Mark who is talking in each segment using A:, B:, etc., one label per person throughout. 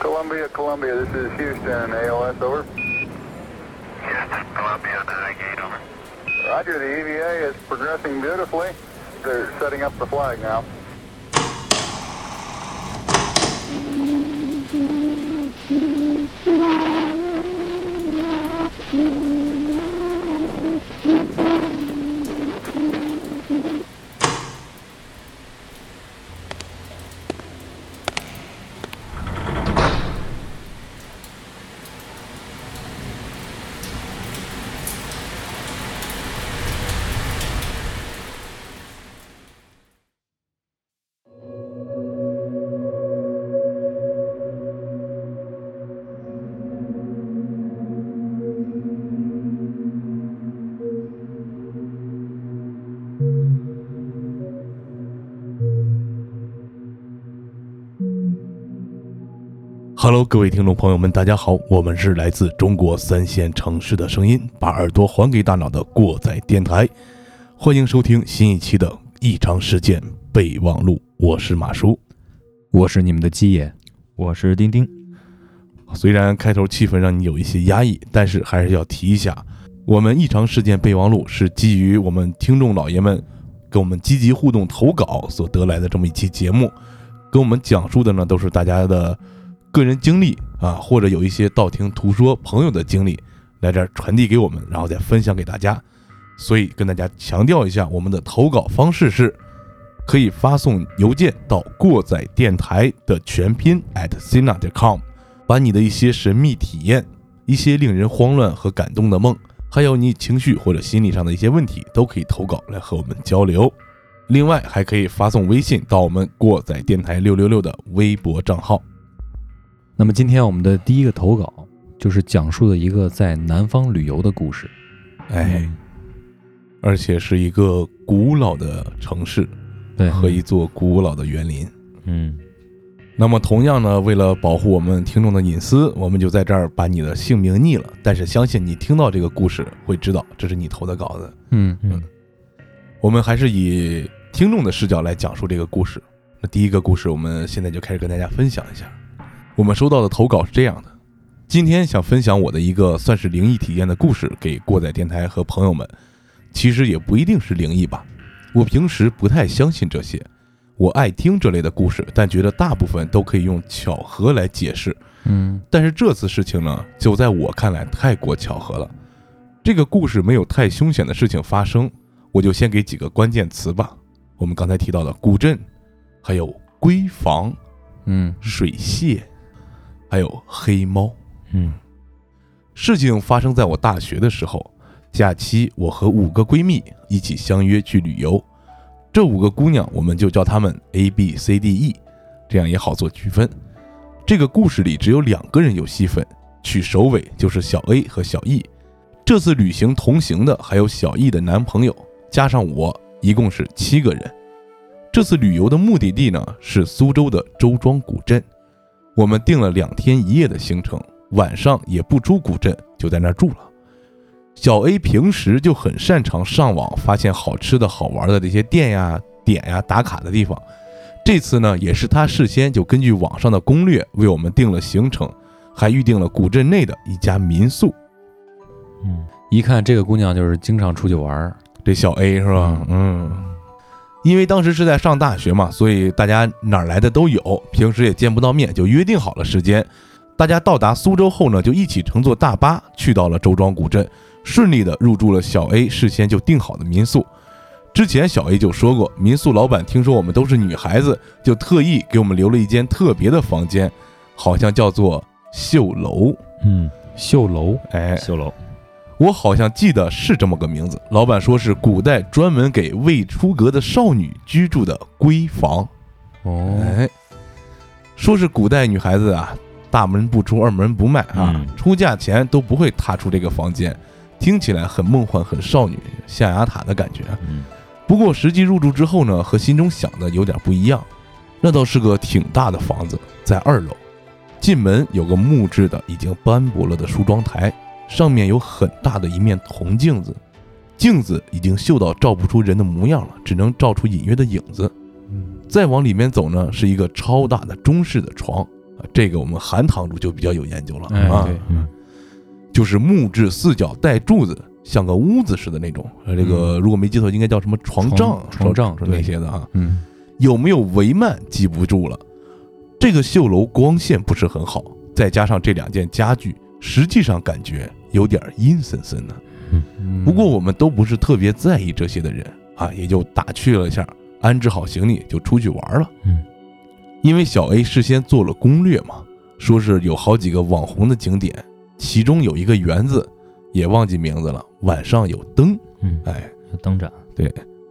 A: Columbia, Columbia, this is Houston, ALS, over.
B: Houston, Columbia, navigate over.
A: Roger, the EVA is progressing beautifully. They're setting up the flag now.
C: Hello，各位听众朋友们，大家好，我们是来自中国三线城市的声音，把耳朵还给大脑的过载电台，欢迎收听新一期的《异常事件备忘录》，我是马叔。
D: 我是你们的基爷，
E: 我是丁丁，
C: 虽然开头气氛让你有一些压抑，但是还是要提一下，我们异常事件备忘录是基于我们听众老爷们跟我们积极互动投稿所得来的这么一期节目，跟我们讲述的呢都是大家的个人经历啊，或者有一些道听途说朋友的经历来这儿传递给我们，然后再分享给大家。所以跟大家强调一下，我们的投稿方式是。可以发送邮件到过载电台的全拼 at sina.com，把你的一些神秘体验、一些令人慌乱和感动的梦，还有你情绪或者心理上的一些问题，都可以投稿来和我们交流。另外，还可以发送微信到我们过载电台六六六的微博账号。
D: 那么今天我们的第一个投稿就是讲述的一个在南方旅游的故事。
C: 哎，而且是一个古老的城市
D: 对，
C: 和一座古老的园林。
E: 嗯，
C: 那么同样呢，为了保护我们听众的隐私，我们就在这儿把你的姓名匿了。但是相信你听到这个故事，会知道这是你投的稿子。
D: 嗯
E: 嗯
C: 我们还是以听众的视角来讲述这个故事。那第一个故事，我们现在就开始跟大家分享一下。我们收到的投稿是这样的：今天想分享我的一个算是灵异体验的故事给过载电台和朋友们。其实也不一定是灵异吧，我平时不太相信这些。我爱听这类的故事，但觉得大部分都可以用巧合来解释。
D: 嗯
C: 但是这次事情呢，就在我看来太过巧合了。这个故事没有太凶险的事情发生，我就先给几个关键词吧。我们刚才提到的古镇，还有闺房、
D: 嗯
C: 水榭，还有黑猫。
E: 嗯
C: 事情发生在我大学的时候，假期我和五个闺蜜一起相约去旅游。这五个姑娘，我们就叫她们 A、B、C、D、E，这样也好做区分。这个故事里只有两个人有戏份，取首尾就是小 A 和小 E。这次旅行同行的还有小 E 的男朋友，加上我，一共是七个人。这次旅游的目的地呢是苏州的周庄古镇，我们定了两天一夜的行程，晚上也不出古镇，就在那儿住了。小 A 平时就很擅长上网发现好吃的好玩的这些店呀、点呀、打卡的地方。这次呢，也是他事先就根据网上的攻略为我们定了行程，还预定了古镇内的一家民宿。
E: 嗯
D: 一看这个姑娘就是经常出去玩儿。
C: 这小 A 是吧？嗯，因为当时是在上大学嘛，所以大家哪儿来的都有，平时也见不到面，就约定好了时间。大家到达苏州后呢，就一起乘坐大巴去到了周庄古镇，顺利的入住了小 A 事先就订好的民宿。之前小 A 就说过，民宿老板听说我们都是女孩子，就特意给我们留了一间特别的房间，好像叫做绣楼。
E: 嗯，
D: 绣楼，
C: 哎，
E: 修楼，
C: 我好像记得是这么个名字。老板说是古代专门给未出阁的少女居住的闺房。
D: 哦，
C: 哎，说是古代女孩子啊，大门不出二门不迈啊，
E: 嗯
C: 出嫁前都不会踏出这个房间，听起来很梦幻，很少女象牙塔的感觉。啊
E: 嗯
C: 不过实际入住之后呢，和心中想的有点不一样。那倒是个挺大的房子，在二楼，进门有个木质的、已经斑驳了的梳妆台，上面有很大的一面铜镜子，镜子已经锈到照不出人的模样了，只能照出隐约的影子。再往里面走呢，是一个超大的中式的床，啊这个我们韩堂主就比较有研究了、
D: 嗯哎
C: 啊，
D: 对，
E: 嗯
C: 就是木质四角带柱子，像个屋子似的那种。呃，这个如果没记错，应该叫什么床帐
D: 嗯床、床帐
C: 是那
D: 对
C: 些的啊。
D: 嗯
C: 有没有帷幔记不住了。这个绣楼光线不是很好，再加上这两件家具，实际上感觉有点阴森森的。
D: 嗯，
C: 不过我们都不是特别在意这些的人啊，也就打趣了一下，安置好行李就出去玩了。
E: 嗯，
C: 因为小 A 事先做了攻略嘛，说是有好几个网红的景点，其中有一个园子，也忘记名字了，晚上有灯。
E: 嗯，
C: 哎，
E: 灯展，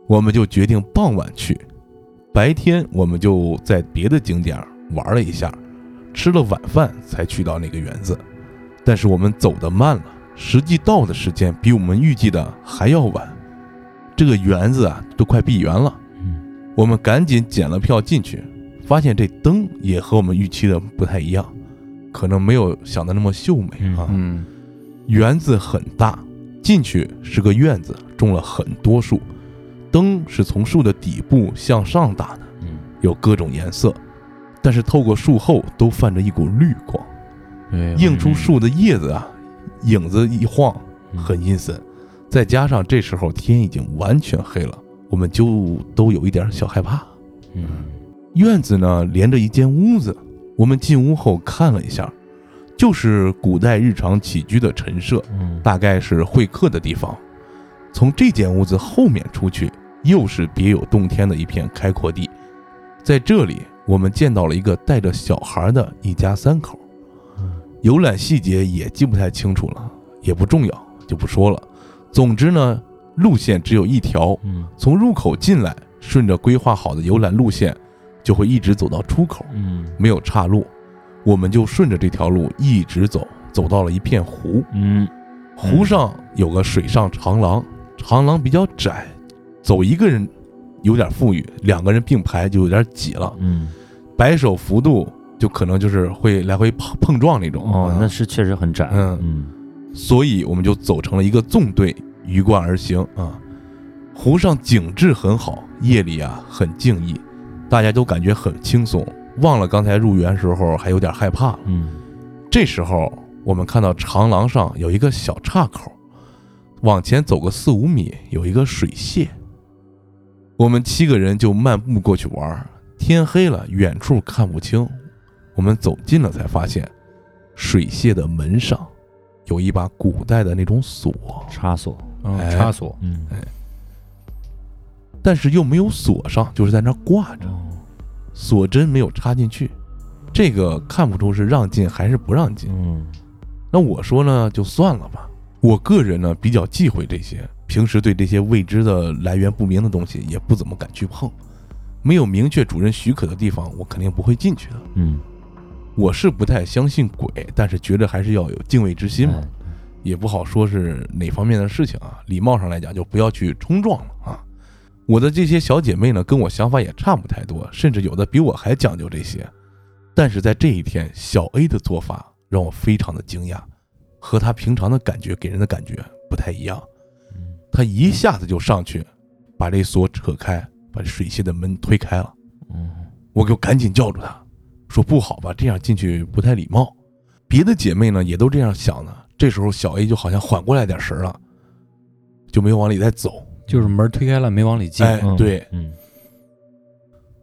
C: 我们就决定傍晚去。白天我们就在别的景点玩了一下，吃了晚饭才去到那个园子。但是我们走得慢了，实际到的时间比我们预计的还要晚。这个园子啊，都快闭园了。
E: 嗯
C: 我们赶紧检了票进去，发现这灯也和我们预期的不太一样，可能没有想的那么秀美啊。
D: 嗯
C: 园子很大，进去是个院子，种了很多树，灯是从树的底部向上打的，
E: 嗯，
C: 有各种颜色，但是透过树后都泛着一股绿光，
E: 对，
D: 嗯
C: 映出树的叶子啊，影子一晃，
D: 嗯
C: 很阴森。再加上这时候天已经完全黑了，我们就都有一点小害怕。
E: 嗯，
C: 院子呢连着一间屋子，我们进屋后看了一下，就是古代日常起居的陈设，
E: 嗯，
C: 大概是会客的地方。从这间屋子后面出去，又是别有洞天的一片开阔地。在这里，我们见到了一个带着小孩的一家三口。游览细节也记不太清楚了，也不重要，就不说了。总之呢，路线只有一条，
E: 嗯
C: 从入口进来，顺着规划好的游览路线，就会一直走到出口。
E: 嗯
C: 没有岔路，我们就顺着这条路一直走，走到了一片湖。
E: 嗯
C: 湖上有个水上长廊，长廊比较窄，走一个人有点富裕，两个人并排就有点挤了，
E: 嗯，
C: 摆手幅度就可能就是会来回碰碰撞那种。
E: 哦
C: 啊，
E: 那是确实很窄，
C: 嗯
E: 嗯
C: 所以我们就走成了一个纵队，鱼贯而行啊。湖上景致很好，夜里啊很静谧，大家都感觉很轻松，忘了刚才入园时候还有点害怕了。
E: 嗯
C: 这时候，我们看到长廊上有一个小岔口，往前走个四五米，有一个水榭。我们七个人就漫步过去玩儿。天黑了，远处看不清，我们走近了才发现，水榭的门上有一把古代的那种锁，
E: 插锁，
D: 嗯
C: 哎
D: 插锁，
E: 嗯
C: 但是又没有锁上，就是在那儿挂着，
E: 哦
C: 锁针没有插进去。这个看不出是让进还是不让进。
E: 嗯
C: 那我说呢，就算了吧。我个人呢比较忌讳这些，平时对这些未知的来源不明的东西也不怎么敢去碰。没有明确主人许可的地方，我肯定不会进去的。
E: 嗯，
C: 我是不太相信鬼，但是觉得还是要有敬畏之心嘛，
E: 哎
C: 也不好说是哪方面的事情啊。礼貌上来讲，就不要去冲撞了啊。我的这些小姐妹呢，跟我想法也差不太多，甚至有的比我还讲究这些。但是在这一天，小 A 的做法让我非常的惊讶，和她平常的感觉给人的感觉不太一样。
E: 嗯
C: 她一下子就上去，把这锁扯开，把水榭的门推开了。
E: 嗯
C: 我就赶紧叫住她，说不好吧，这样进去不太礼貌。别的姐妹呢也都这样想呢。这时候小 A 就好像缓过来点神儿了，就没往里再走。
D: 就是门推开了没往里进，
C: 哎
E: 嗯
C: 对
E: 嗯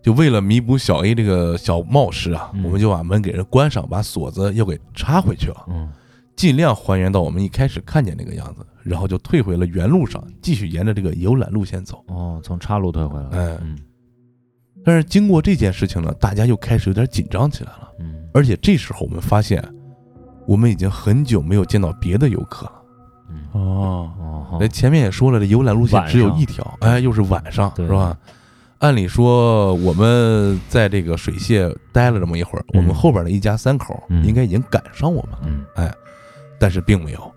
C: 就为了弥补小 A 这个小冒失啊，
E: 嗯
C: 我们就把门给人关上，把锁子又给插回去了，
E: 嗯
C: 尽量还原到我们一开始看见那个样子，然后就退回了原路上，继续沿着这个游览路线走。
E: 哦，从岔路退回来了，
C: 哎
E: 嗯
C: 但是经过这件事情呢，大家又开始有点紧张起来了。
E: 嗯
C: 而且这时候我们发现，我们已经很久没有见到别的游客了。
E: 嗯，
D: 哦，
E: 哦，
C: 那前面也说了，这游览路线只有
E: 晚上
C: 一条，哎，又是晚上，
E: 对
C: 是吧？按理说，我们在这个水榭待了这么一会儿，我们
E: 嗯
C: 后边的一家三口
E: 嗯
C: 应该已经赶上我们了，
E: 嗯
C: 但是并没有。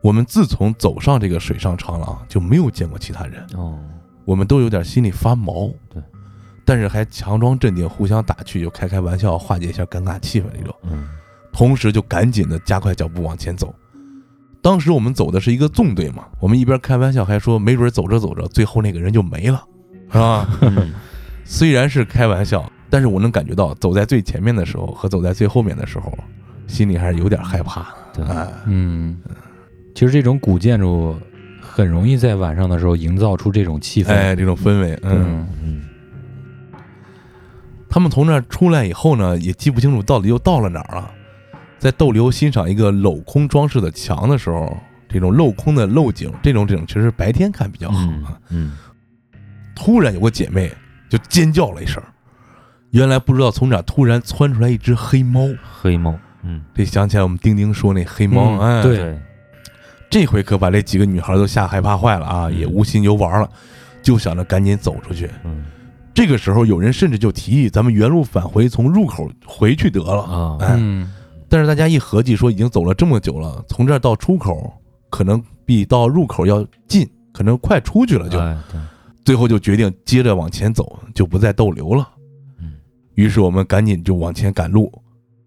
C: 我们自从走上这个水上长廊，就没有见过其他人，
E: 哦，
C: 我们都有点心里发毛。
E: 对，
C: 但是还强装镇定，互相打趣，就开开玩笑，化解一下尴尬气氛那种。
E: 嗯
C: 同时就赶紧的加快脚步往前走。当时我们走的是一个纵队嘛，我们一边开玩笑还说，没准走着走着，最后那个人就没了，是吧？
E: 嗯
C: 虽然是开玩笑，但是我能感觉到，走在最前面的时候和走在最后面的时候，心里还是有点害怕。
E: 对，
C: 哎，
D: 嗯，其实这种古建筑很容易在晚上的时候营造出这种气氛。
C: 哎，这种氛围，嗯，
D: 嗯，
E: 嗯，
C: 他们从那儿出来以后呢，也记不清楚到底又到了哪儿了。在逗留欣赏一个镂空装饰的墙的时候，这种镂空的漏景，这种这种其实白天看比较好。啊
E: 嗯嗯，
C: 突然有个姐妹就尖叫了一声，原来不知道从哪儿突然窜出来一只黑猫。
E: 黑猫，嗯，
C: 这想起来我们丁丁说那黑猫，
D: 嗯
C: 哎，
D: 对，
C: 这回可把这几个女孩都吓害怕坏了啊，
E: 嗯
C: 也无心游玩了，就想着赶紧走出去。
E: 嗯
C: 这个时候，有人甚至就提议咱们原路返回，从入口回去得了。
E: 啊，
C: 哎
D: 嗯，
C: 但是大家一合计说，已经走了这么久了，从这儿到出口可能比到入口要近，可能快出去了就。
E: 哎对，
C: 最后就决定接着往前走，就不再逗留了。
E: 嗯，
C: 于是我们赶紧就往前赶路，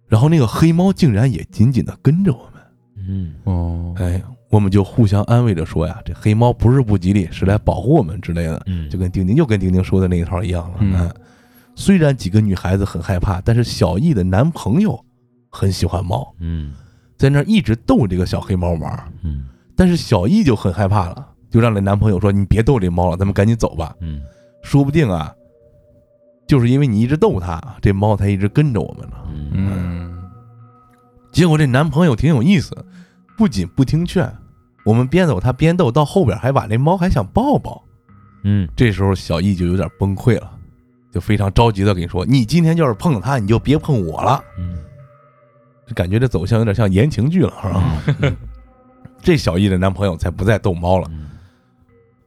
C: 然后那个黑猫竟然也紧紧的跟着我们。
E: 嗯
D: 哦，
C: 哎，我们就互相安慰着说呀，这黑猫不是不吉利，是来保护我们之类的，
E: 嗯，
C: 就跟丁丁又跟丁丁说的那一套一样了。
D: 嗯
C: 哎虽然几个女孩子很害怕，但是小易的男朋友很喜欢猫，
E: 嗯
C: 在那儿一直逗这个小黑猫玩儿。
E: 嗯
C: 但是小易就很害怕了，就让那男朋友说：“你别逗这猫了，咱们赶紧走吧。”
E: 嗯
C: 说不定啊，就是因为你一直逗它，这猫才一直跟着我们呢。
E: 嗯
D: 嗯，
C: 结果这男朋友挺有意思，不仅不听劝，我们边走他边逗，到后边还把那猫还想抱抱。
E: 嗯
C: 这时候小易就有点崩溃了，就非常着急的跟你说：“你今天要是碰它，你就别碰我了。
E: 嗯”
C: 感觉这走向有点像言情剧了，是吧？这小易的男朋友才不再逗猫了，
E: 嗯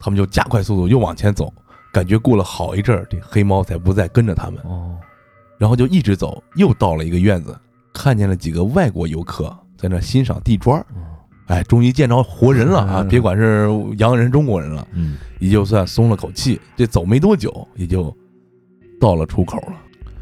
C: 他们就加快速度又往前走，感觉过了好一阵儿，这黑猫才不再跟着他们。
E: 哦，
C: 然后就一直走，又到了一个院子，看见了几个外国游客在那欣赏地砖儿
E: 哦。
C: 哎，终于见着活人了啊！
E: 嗯
C: 别管是洋人、中国人了，
E: 嗯
C: 也就算松了口气。这走没多久，也就到了出口了。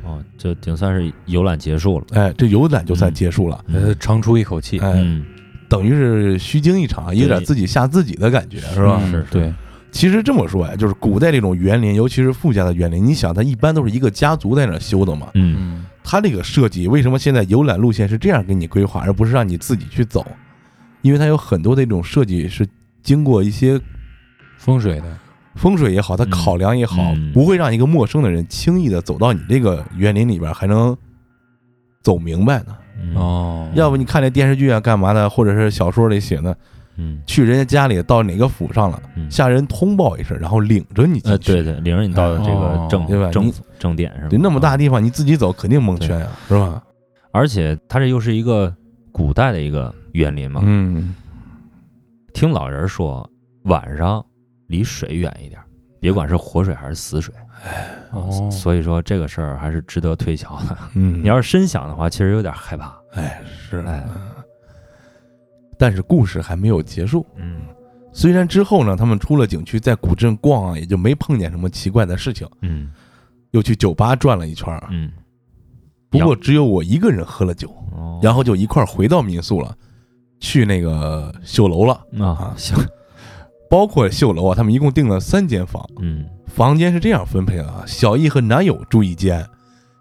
E: 哦，这顶算是游览结束了，
C: 哎，这游览就算结束了。
D: 呃，长出一口气，
C: 哎，
E: 嗯
C: 等于是虚惊一场，有点自己吓自己的感觉，是吧？
D: 嗯
E: 是
D: 对，
C: 其实这么说呀，就是古代这种园林，尤其是富家的园林，你想，它一般都是一个家族在那儿修的嘛。
E: 嗯
D: 嗯
C: 它这个设计为什么现在游览路线是这样给你规划，而不是让你自己去走？因为它有很多的这种设计是经过一些
D: 风水的，
C: 风水也好，它
E: 嗯
C: 考量也好，
E: 嗯
C: 不会让一个陌生的人轻易的走到你这个园林里边，还能走明白呢。
E: 嗯
D: 哦，
C: 要不你看那电视剧啊，干嘛的，或者是小说里写的，
E: 嗯
C: 去人家家里到哪个府上了，
E: 嗯
C: 下人通报一声，然后领着你进
E: 呃，
C: 去。
E: 对对，领着你到这
D: 哦
E: 个正
C: 对吧
E: 正
C: 你
E: 正点是吧？
C: 对那么大
E: 啊，
C: 地方你自己走肯定蒙圈呀、啊是吧？
E: 而且它这又是一个古代的一个园林嘛。
C: 嗯，
E: 听老人说，晚上离水远一点，别管是活水还是死水。啊
D: 哦，
E: 所以说这个事儿还是值得推敲的。
C: 嗯，
E: 你要是深想的话，其实有点害怕。
C: 哎是
E: 哎，
C: 但是故事还没有结束。
E: 嗯
C: 虽然之后呢，他们出了景区，在古镇逛啊，也就没碰见什么奇怪的事情，
E: 嗯
C: 又去酒吧转了一圈儿。
E: 嗯，
C: 不过只有我一个人喝了酒，
E: 哦
C: 然后就一块儿回到民宿了，去那个秀楼了。
E: 啊行，
C: 包括秀楼啊，他们一共订了三间房，
E: 嗯
C: 房间是这样分配的啊：小易和男友住一间，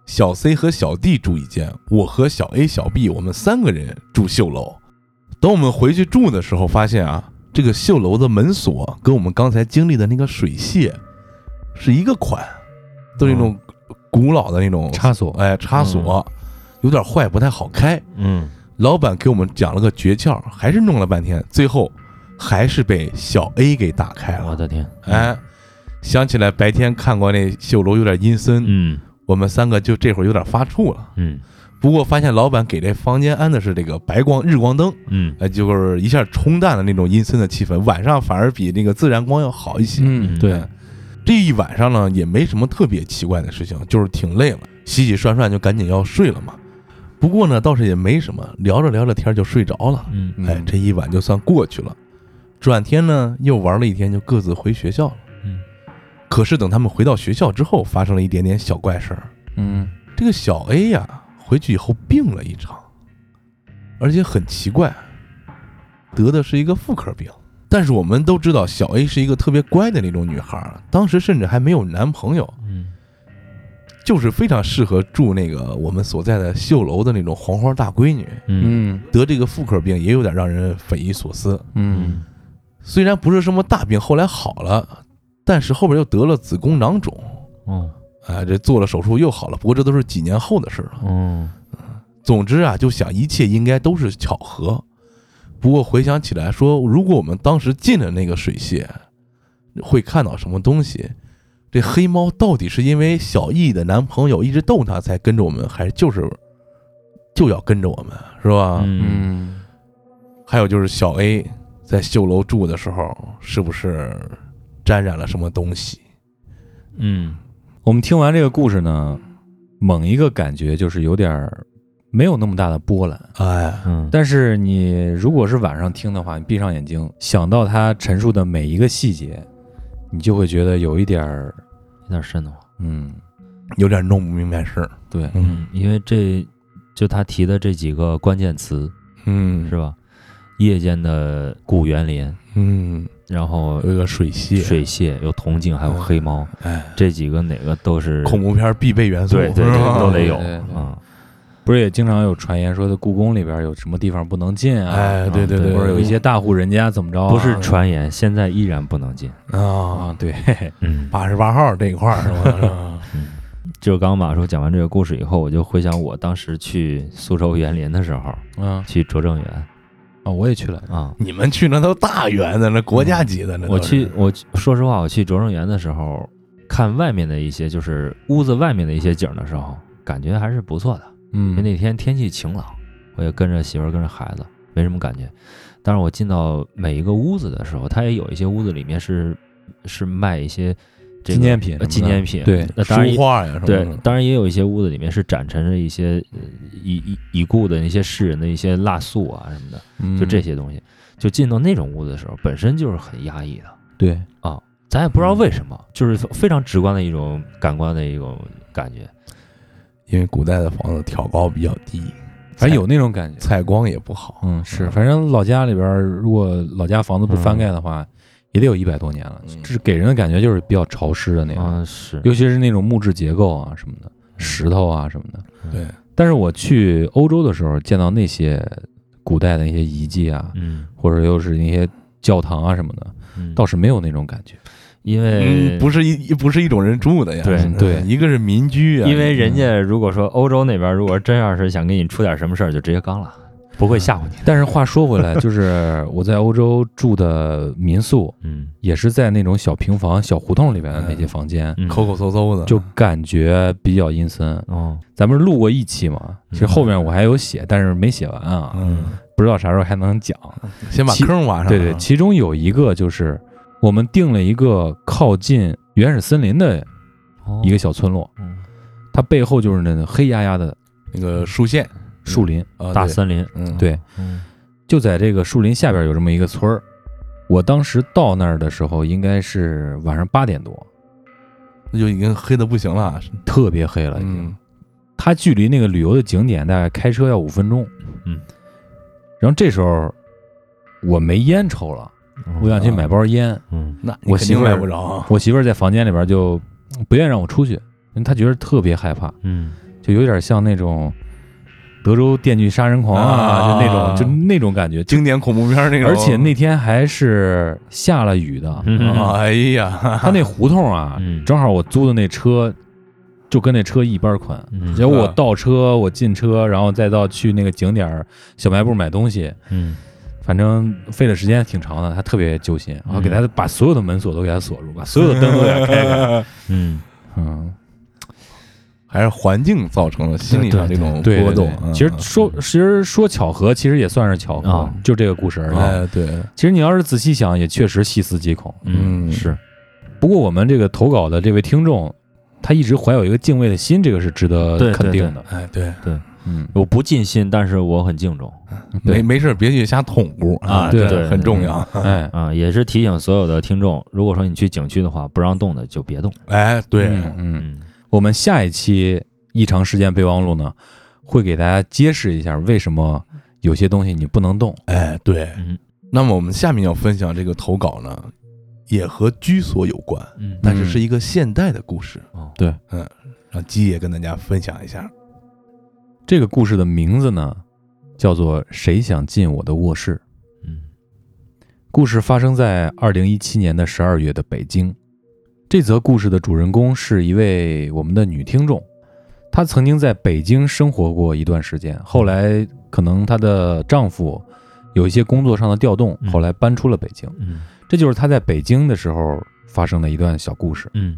C: 小 C 和小 D 住一间，我和小 A、小 B 我们三个人住秀楼。等我们回去住的时候，发现啊，这个秀楼的门锁跟我们刚才经历的那个水榭是一个款，都是那种古老的那种
D: 嗯插锁嗯
C: 哎插锁，有点坏，不太好开。
E: 嗯
C: 老板给我们讲了个诀窍，还是弄了半天，最后还是被小 A 给打开了
E: 我。的天，
C: 哎，想起来白天看过那秀楼有点阴森，
E: 嗯
C: 我们三个就这会儿有点发怵了。
E: 嗯
C: 不过发现老板给这房间安的是这个白光日光灯，
E: 嗯
C: 哎，就是一下冲淡了那种阴森的气氛，晚上反而比那个自然光要好一些。
D: 嗯，对，
C: 哎这一晚上呢也没什么特别奇怪的事情，就是挺累了，洗洗涮涮就赶紧要睡了嘛。不过呢倒是也没什么，聊着聊着天就睡着了。
E: 嗯嗯
C: 哎
D: 嗯，
C: 这一晚就算过去了。转天呢，又玩了一天，就各自回学校了。
E: 嗯，
C: 可是等他们回到学校之后，发生了一点点小怪事儿。
D: 嗯
C: 这个小 A 呀、回去以后病了一场，而且很奇怪，得的是一个妇科病。但是我们都知道，小 A 是一个特别乖的那种女孩儿，当时甚至还没有男朋友，
E: 嗯
C: 就是非常适合住那个我们所在的秀楼的那种黄花大闺女。
E: 嗯
D: 嗯
C: 得这个妇科病也有点让人匪夷所思。
D: 嗯
C: 虽然不是什么大病，后来好了，但是后边又得了子宫囊肿，
E: 哦
C: 啊，这做了手术又好了。不过这都是几年后的事了。
E: 哦
C: 总之啊，就想一切应该都是巧合。不过回想起来说，如果我们当时进了那个水榭，会看到什么东西？这黑猫到底是因为小易的男朋友一直逗它才跟着我们，还是就是就要跟着我们，是吧？
E: 嗯
D: 嗯
C: 还有就是小 A 在秀楼住的时候，是不是沾染了什么东西？
E: 嗯
D: 我们听完这个故事呢，猛一个感觉就是有点儿没有那么大的波澜。
C: 哎，
E: 嗯，
D: 但是你如果是晚上听的话，你闭上眼睛，想到他陈述的每一个细节，你就会觉得有一点儿，
E: 有点瘆得慌。
D: 嗯，
C: 有点弄不明白事儿。
D: 对，
C: 嗯
E: 嗯，因为这就他提的这几个关键词
C: 嗯，
E: 是吧？夜间的古园林，
C: 嗯，
E: 然后
C: 有一个水榭，
E: 水榭，有铜镜，还有黑猫，
C: 哎，
E: 这几个哪个都是
C: 恐怖片必备元素，
E: 对对
C: 是
E: 对
C: 吧
E: 都得有
D: 对对对
E: 啊。
D: 不是也经常有传言说的故宫里边有什么地方不能进啊？
C: 哎，对对
E: 对
C: 对，
D: 或者有一些大户人家怎么着啊、
E: 不是传言，现在依然不能进。
C: 啊
D: 啊，，对，
E: 嗯，
C: 八十八号这一块儿是吧是 吧？
E: 就是刚刚马叔讲完这个故事以后，我就回想我当时去苏州园林的时候，
D: 嗯
E: 去拙政园
D: 啊，我也去了，
E: 啊，
C: 你们去那都大园子，那国家级的那都
E: 嗯我
C: 是
E: 去，我去说实话，我去拙政园的时候，看外面的一些就是屋子外面的一些景儿的时候，感觉还是不错的。因
D: 嗯，
E: 为那天天气晴朗，我也跟着媳妇儿跟着孩子，没什么感觉。但是我进到每一个屋子的时候，它也有一些屋子里面是是卖一些、这个、
D: 纪念品什么
E: 呃
D: 的
E: 纪念品。
D: 对
E: 那当然
C: 嗯书
E: 也
C: 画呀什么
E: 对
C: 的，，
E: 当然也有一些屋子里面是展陈着一些呃已已已故的那些世人的一些蜡塑啊什么的，
D: 嗯
E: 就这，些东西。就进到那种屋子的时候，本身就是很压抑的。
D: 对，
E: 咱也不知道为什么，就是非常直观的一种感官的一种感觉。
C: 因为古代的房子挑高比较低，
D: 反正有那种感觉。
C: 采光也不好，
D: 嗯，是，反正老家里边儿，如果老家房子不翻盖的话，也得有一百多年了，
C: 嗯
D: 这给人的感觉就是比较潮湿的那种，
E: 啊，是，
D: 尤其是那种木质结构啊什么的，石头啊什么的。
C: 对，
D: 但是我去欧洲的时候，见到那些古代的那些遗迹啊，
E: 嗯，
D: 或者又是那些教堂啊什么的，
E: 嗯
D: 倒是没有那种感觉。
E: 因为
C: 嗯，不是一不是一种人住的呀，
E: 对
C: 是吧
D: 对
C: 一个是民居啊，
E: 因为人家如果说欧洲那边如果真要是想给你出点什么事儿，就直接刚了，不会吓唬你的。
D: 但是话说回来，就是我在欧洲住的民宿，
E: 嗯
D: 也是在那种小平房、小胡同里边的那些房间，
E: 嗯
C: 口口搜搜的，
D: 就感觉比较阴森。
E: 哦，
D: 咱们录过一期嘛，其实
E: 嗯
D: 后面我还有写，但是没写完啊，
C: 嗯。
D: 不知道啥时候还能讲。
E: 啊
C: 先把
D: 其
C: 坑挖上。啊
D: 对对，其中有一个就是我们定了一个靠近原始森林的
E: 哦
D: 一个小村落，
E: 嗯
D: 它背后就是那种黑压压的
C: 那个树线
D: 树林，
C: 啊，
E: 大
C: 对，
E: 森林，
C: 嗯，
D: 对，
E: 嗯
D: 就在这个树林下边有这么一个村儿。我当时到那儿的时候，应该是晚上八点多，
C: 那就已经黑的不行了。
D: 特别黑了已经。
C: 嗯，
D: 它距离那个旅游的景点大概开车要五分钟。
E: 嗯，
D: 然后这时候我没烟抽了，我想去买包烟。
E: 嗯
C: 那你
D: 我
C: 肯
D: 媳
C: 定
D: 妇
C: 买
D: 儿
C: 不着啊。
D: 我媳妇儿在房间里边就不愿意让我出去，因为她觉得特别害怕，
E: 嗯
D: 就有点像那种德州电锯杀人狂啊，
C: 啊
D: 就那种就那种感觉。就
C: 经典恐怖片儿那种，
D: 而且那天还是下了雨的，
E: 嗯
C: 哎呀，
D: 他那胡同啊
E: 嗯，
D: 正好我租的那车就跟那车一般宽。
E: 嗯
D: 结果我倒车，我进车，然后再到去那个景点儿小卖部买东西，
E: 嗯
D: 反正费的时间挺长的。他特别揪心，然后给他把所有的门锁都给他锁住，把所有的灯都给他开开。
E: 嗯
D: 嗯，
C: 还是环境造成了心理上这种
D: 对
C: 波
D: 对
C: 动
D: 对。
C: 嗯
D: 其实说，其实说巧合，其实也算是巧合
E: 啊。
D: 就这个故事而言，
C: 哎，对，
D: 其实你要是仔细想，也确实细思极恐。
E: 嗯
C: 嗯
E: 是
D: 不过我们这个投稿的这位听众，他一直怀有一个敬畏的心，这个是值得
E: 对对
D: 肯定的。
C: 哎对，
D: 嗯，
E: 我不尽心，但是我很敬重
C: 没
D: 对
C: 没事儿，别去瞎捅咕
E: 啊
C: 这
D: 对
E: 对
C: 很重要。
D: 哎，
E: 啊，也是提醒所有的听众，如果说你去景区的话，不让动的就别动。
C: 哎，对，
D: 嗯嗯。
E: 嗯
D: 我们下一期《异常事件备忘录》呢，会给大家揭示一下为什么有些东西你不能动。
C: 哎对
E: 嗯。
C: 那么我们下面要分享这个投稿呢，也和居所有关，
E: 嗯
C: 但是是一个现代的故事。
E: 哦
D: 对，
C: 嗯，让鸡爷跟大家分享一下。
D: 这个故事的名字呢，叫做《谁想进我的卧室》。
E: 嗯
D: 故事发生在二零一七年的十二月的北京。这则故事的主人公是一位我们的女听众，她曾经在北京生活过一段时间，后来可能她的丈夫有一些工作上的调动，
E: 嗯
D: 后来搬出了北京。
E: 嗯
D: 这就是她在北京的时候发生的一段小故事。
E: 嗯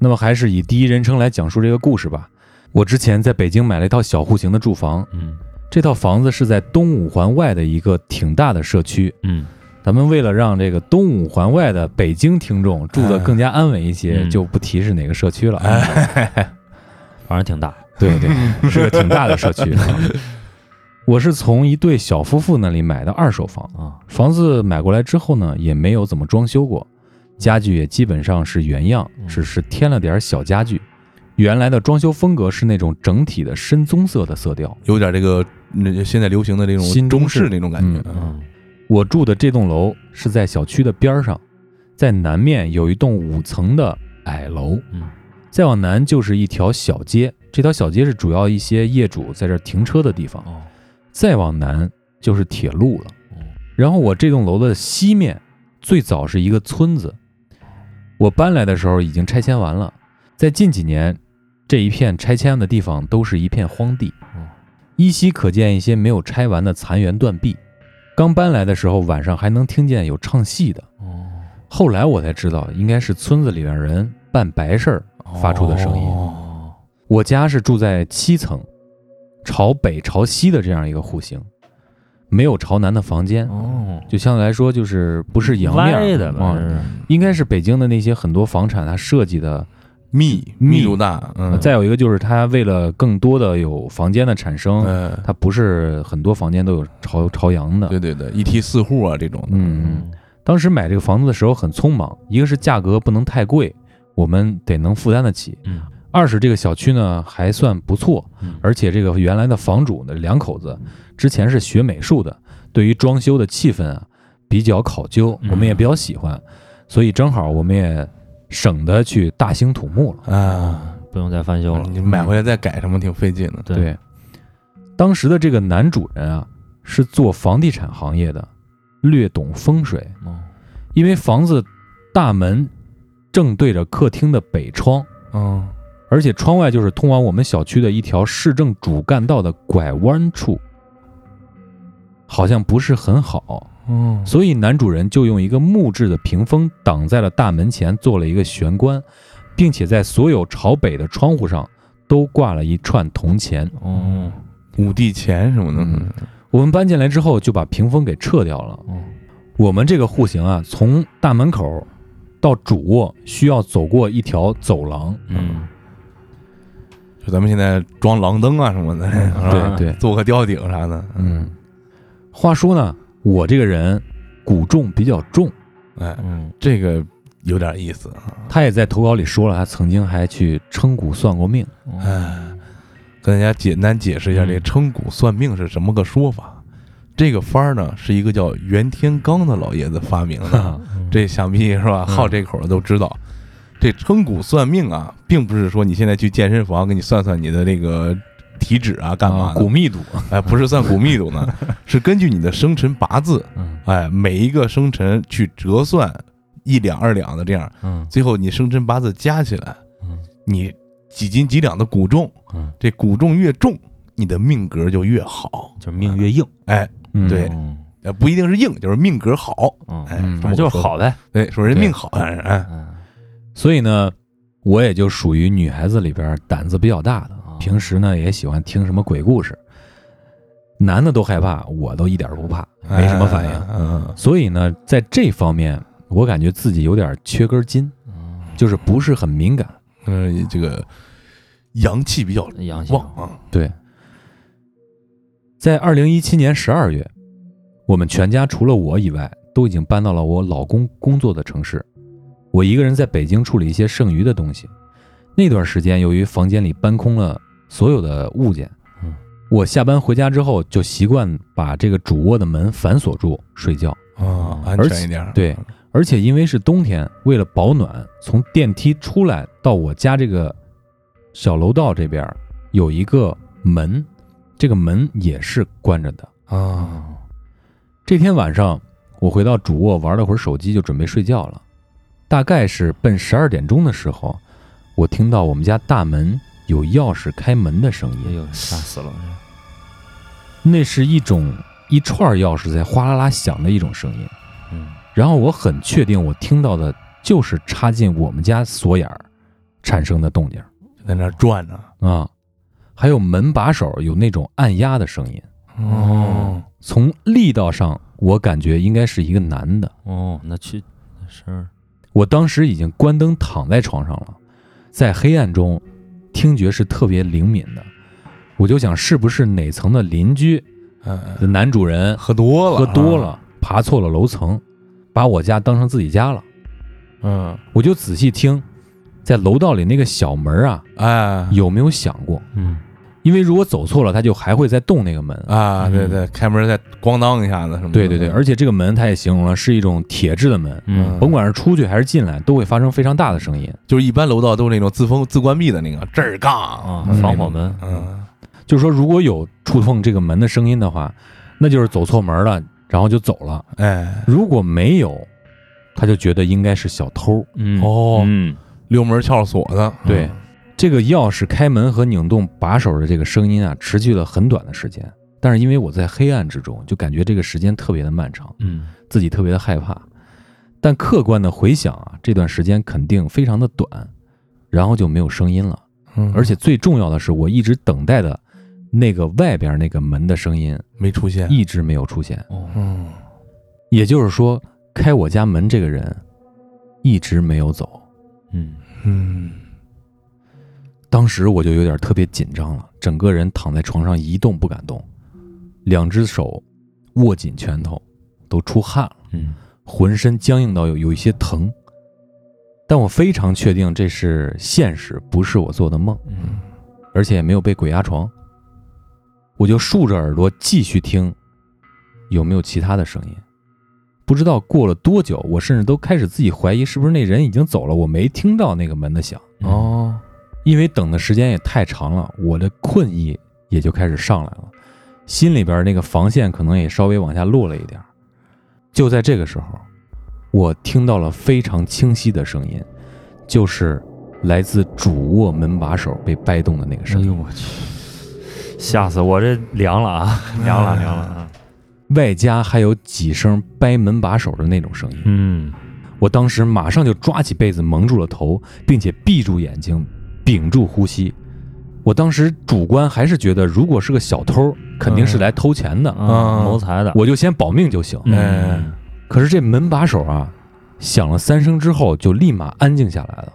D: 那么还是以第一人称来讲述这个故事吧。我之前在北京买了一套小户型的住房，
E: 嗯
D: 这套房子是在东五环外的一个挺大的社区，
E: 嗯
D: 咱们为了让这个东五环外的北京听众住得更加安稳一些，
E: 嗯
D: 就不提是哪个社区了。啊
E: 反正挺大。
D: 对对，是个挺大的社区。我是从一对小夫妇那里买的二手房，
E: 啊，
D: 房子买过来之后呢，也没有怎么装修过，家具也基本上是原样，
E: 嗯
D: 只是添了点儿小家具。原来的装修风格是那种整体的深棕色的色调。
C: 有点这个那现在流行的那种
D: 新
C: 中
D: 中
C: 式
D: 式
C: 那种感觉。
E: 嗯
D: 我住的这栋楼是在小区的边儿上，在南面有一栋五层的矮楼，
E: 嗯
D: 再往南就是一条小街，这条小街是主要一些业主在这儿停车的地方。
E: 哦
D: 再往南就是铁路了
E: 哦。
D: 然后我这栋楼的西面最早是一个村子，我搬来的时候已经拆迁完了。在近几年，这一片拆迁的地方都是一片荒地
E: 嗯，
D: 依稀可见一些没有拆完的残垣断壁。刚搬来的时候，晚上还能听见有唱戏的。
E: 哦
D: 后来我才知道，应该是村子里面人办白事儿发出的声音。
E: 哦
D: 我家是住在七层，朝北朝西的这样一个户型，没有朝南的房间，
E: 哦，
D: 就相对来说就是不是阳面
E: 歪
D: 儿
E: 的吧
D: 啊？，应该是北京的那些很多房产它设计的。
C: 密
D: 密啊
C: 密度大，嗯，
D: 再有一个就是它为了更多的有房间的产生，
C: 嗯，
D: 它不是很多房间都有朝朝阳的。
C: 对对对，一梯四户啊这种的，
D: 嗯，嗯，当时买这个房子的时候很匆忙，一个是价格不能太贵，我们得能负担得起。
E: 嗯
D: 二是这个小区呢还算不错
E: 嗯，
D: 而且这个原来的房主呢两口子之前是学美术的，对于装修的气氛啊比较考究，
E: 嗯
D: 我们也比较喜欢，所以正好我们也省得去大兴土木了。
C: 啊，
E: 不用再翻修了。
C: 你买回来再改什么挺费劲的。
E: 嗯对，
D: 当时的这个男主人啊是做房地产行业的，略懂风水，
E: 哦
D: 因为房子大门正对着客厅的北窗，
C: 嗯，
D: 而且窗外就是通往我们小区的一条市政主干道的拐弯处，好像不是很好，
C: 哦，
D: 所以男主人就用一个木质的屏风挡在了大门前，做了一个玄关，并且在所有朝北的窗户上都挂了一串铜钱。
E: 哦
C: 五帝钱什么的，
D: 嗯我们搬进来之后就把屏风给撤掉了。
E: 哦
D: 我们这个户型啊，从大门口到主卧需要走过一条走廊，
E: 嗯
C: 就咱们现在装廊灯啊什么的，
D: 嗯对对
C: 做个吊顶啥的，
D: 嗯，话说呢，我这个人骨重比较重，
C: 哎，
E: 嗯
C: 这个有点意思，啊
D: 他也在投稿里说了，他曾经还去称骨算过命。
C: 哎，跟大家简单解释一下这个称骨算命是什么个说法。这个法儿呢，是一个叫袁天罡的老爷子发明的，
D: 嗯
C: 这想必是吧？好这口的都知道。这称骨算命啊，并不是说你现在去健身房给你算算你的这个体脂啊，干嘛
D: 啊
C: 的
D: 骨密度？
C: 哎，不是算骨密度 呢，是根据你的生辰八字，
E: 嗯
C: 哎，每一个生辰去折算一两二两的这样，
E: 嗯
C: 最后你生辰八字加起来，
E: 嗯
C: 你几斤几两的骨重，
E: 嗯，
C: 这骨重越重，你的命格就越好。
E: 就是命越硬。
C: 哎，
D: 嗯
C: 对
E: 嗯
C: 呃不一定是硬，就是命格好。
E: 嗯，
C: 哎，
D: 嗯
C: 这
E: 反
C: 么
E: 正就
C: 个
E: 是
C: 说法。
E: 好呗。
C: 对，说人
D: 对
C: 命好，但是哎，
E: 嗯
D: 所以呢，我也就属于女孩子里边胆子比较大的，
E: 啊嗯哦
D: 平时呢也喜欢听什么鬼故事，男的都害怕，我都一点都不怕，
C: 哎
D: 没什么反应。
C: 嗯，
D: 所以呢，在这方面，我感觉自己有点缺根筋，
E: 嗯
D: 就是不是很敏感。
C: 嗯，嗯这个阳气比较
E: 阳性
C: 旺啊。
D: 对，在二零一七年十二月，我们全家除了我以外，都已经搬到了我老公工作的城市。我一个人在北京处理一些剩余的东西。那段时间，由于房间里搬空了所有的物件
E: 嗯，
D: 我下班回家之后就习惯把这个主卧的门反锁住睡觉。
C: 啊，安
D: 而
C: 全
D: 且
C: 一点儿。
D: 对而且因为是冬天，为了保暖，从电梯出来到我家这个小楼道这边儿有一个门，这个门也是关着的啊。这天晚上我回到主卧玩了会儿手机，就准备睡觉了。大概是奔十二点钟的时候，我听到我们家大门有钥匙开门的声
E: 哎
D: 音，
E: 呦，吓死了！
D: 那是一种一串钥匙在哗啦啦响的一种声音。
E: 嗯，
D: 然后我很确定我听到的就是插进我们家锁眼儿产生的动静儿
C: 在那儿转呢。
D: 啊，还有门把手有那种按压的声音。
E: 嗯
C: 哦，
D: 从力道上，我感觉应该是一个男的。
E: 哦，那去那声儿，
D: 我当时已经关灯躺在床上了，在黑暗中，听觉是特别灵敏的。我就想，是不是哪层的邻居
C: 嗯，
D: 的男主人
C: 喝多了，啊
D: 喝多，了，爬错了楼层，把我家当成自己家了？
C: 嗯，
D: 我就仔细听，在楼道里那个小门啊，
C: 哎，
D: 有没有响过？
E: 嗯，
D: 因为如果走错了，他就还会再动那个门。
C: 啊，
E: 嗯
C: 对对，开门再咣当一下子什么的，
D: 对对对，而且这个门他也形容了是一种铁质的门，
E: 嗯
D: 甭管是出去还是进来，都会发生非常大的声音。
C: 就是一般楼道都是那种自封自关闭的那个，这儿杠，
E: 啊
D: 嗯，
E: 防火门，
C: 嗯，
D: 就是说，如果有触碰这个门的声音的话，那就是走错门了，然后就走了；
E: 嗯
C: 哎，
D: 如果没有，他就觉得应该是小偷。
E: 嗯
C: 哦
E: 嗯，
C: 溜门撬锁的，
D: 对，这个钥匙开门和拧动把手的这个声音啊，持续了很短的时间。但是因为我在黑暗之中，就感觉这个时间特别的漫长，
E: 嗯，
D: 自己特别的害怕。但客观的回想啊，这段时间肯定非常的短，然后就没有声音了。
C: 嗯，
D: 而且最重要的是，我一直等待的那个外边那个门的声音
C: 没出现，
D: 一直没有出现。
E: 哦，
C: 嗯，
D: 也就是说，开我家门这个人一直没有走。
E: 嗯，
C: 嗯，
D: 当时我就有点特别紧张了，整个人躺在床上一动不敢动，两只手握紧拳头，都出汗了，
E: 嗯，
D: 浑身僵硬到有有一些疼。但我非常确定这是现实，不是我做的梦，
E: 嗯，
D: 而且也没有被鬼压床。我就竖着耳朵继续听，有没有其他的声音。不知道过了多久，我甚至都开始自己怀疑是不是那人已经走了，我没听到那个门的响。
C: 哦，
D: 因为等的时间也太长了，我的困意也就开始上来了，心里边那个防线可能也稍微往下落了一点儿。就在这个时候，我听到了非常清晰的声音，就是来自主卧门把手被掰动的那个
E: 哎
D: 声音，
E: 呦我去，吓死我！这凉了啊，凉了，凉了啊！
D: 外加还有几声掰门把手的那种声音。
E: 嗯，
D: 我当时马上就抓起被子蒙住了头，并且闭住眼睛，屏住呼吸。我当时主观还是觉得，如果是个小偷，肯定是来偷钱的，
E: 啊，
C: 嗯
E: 谋财的，
D: 我就先保命就行。
E: 嗯，
D: 可是这门把手啊，响了三声之后就立马安静下来了，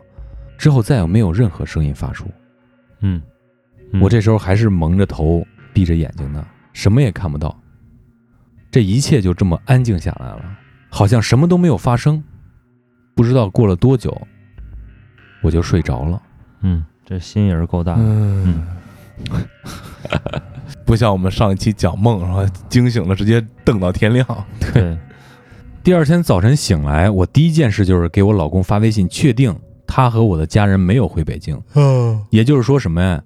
D: 之后再也没有任何声音发出。
E: 嗯，
D: 我这时候还是蒙着头、闭着眼睛的，什么也看不到。这一切就这么安静下来了，好像什么都没有发生。不知道过了多久，我就睡着了。
E: 嗯，这心也是够大的。
C: 嗯。 不像我们上一期讲梦，然后惊醒了，直接瞪到天亮。
E: 对，
D: 第二天早晨醒来，我第一件事就是给我老公发微信，确定他和我的家人没有回北京。
C: 嗯，
D: 也就是说什么呀？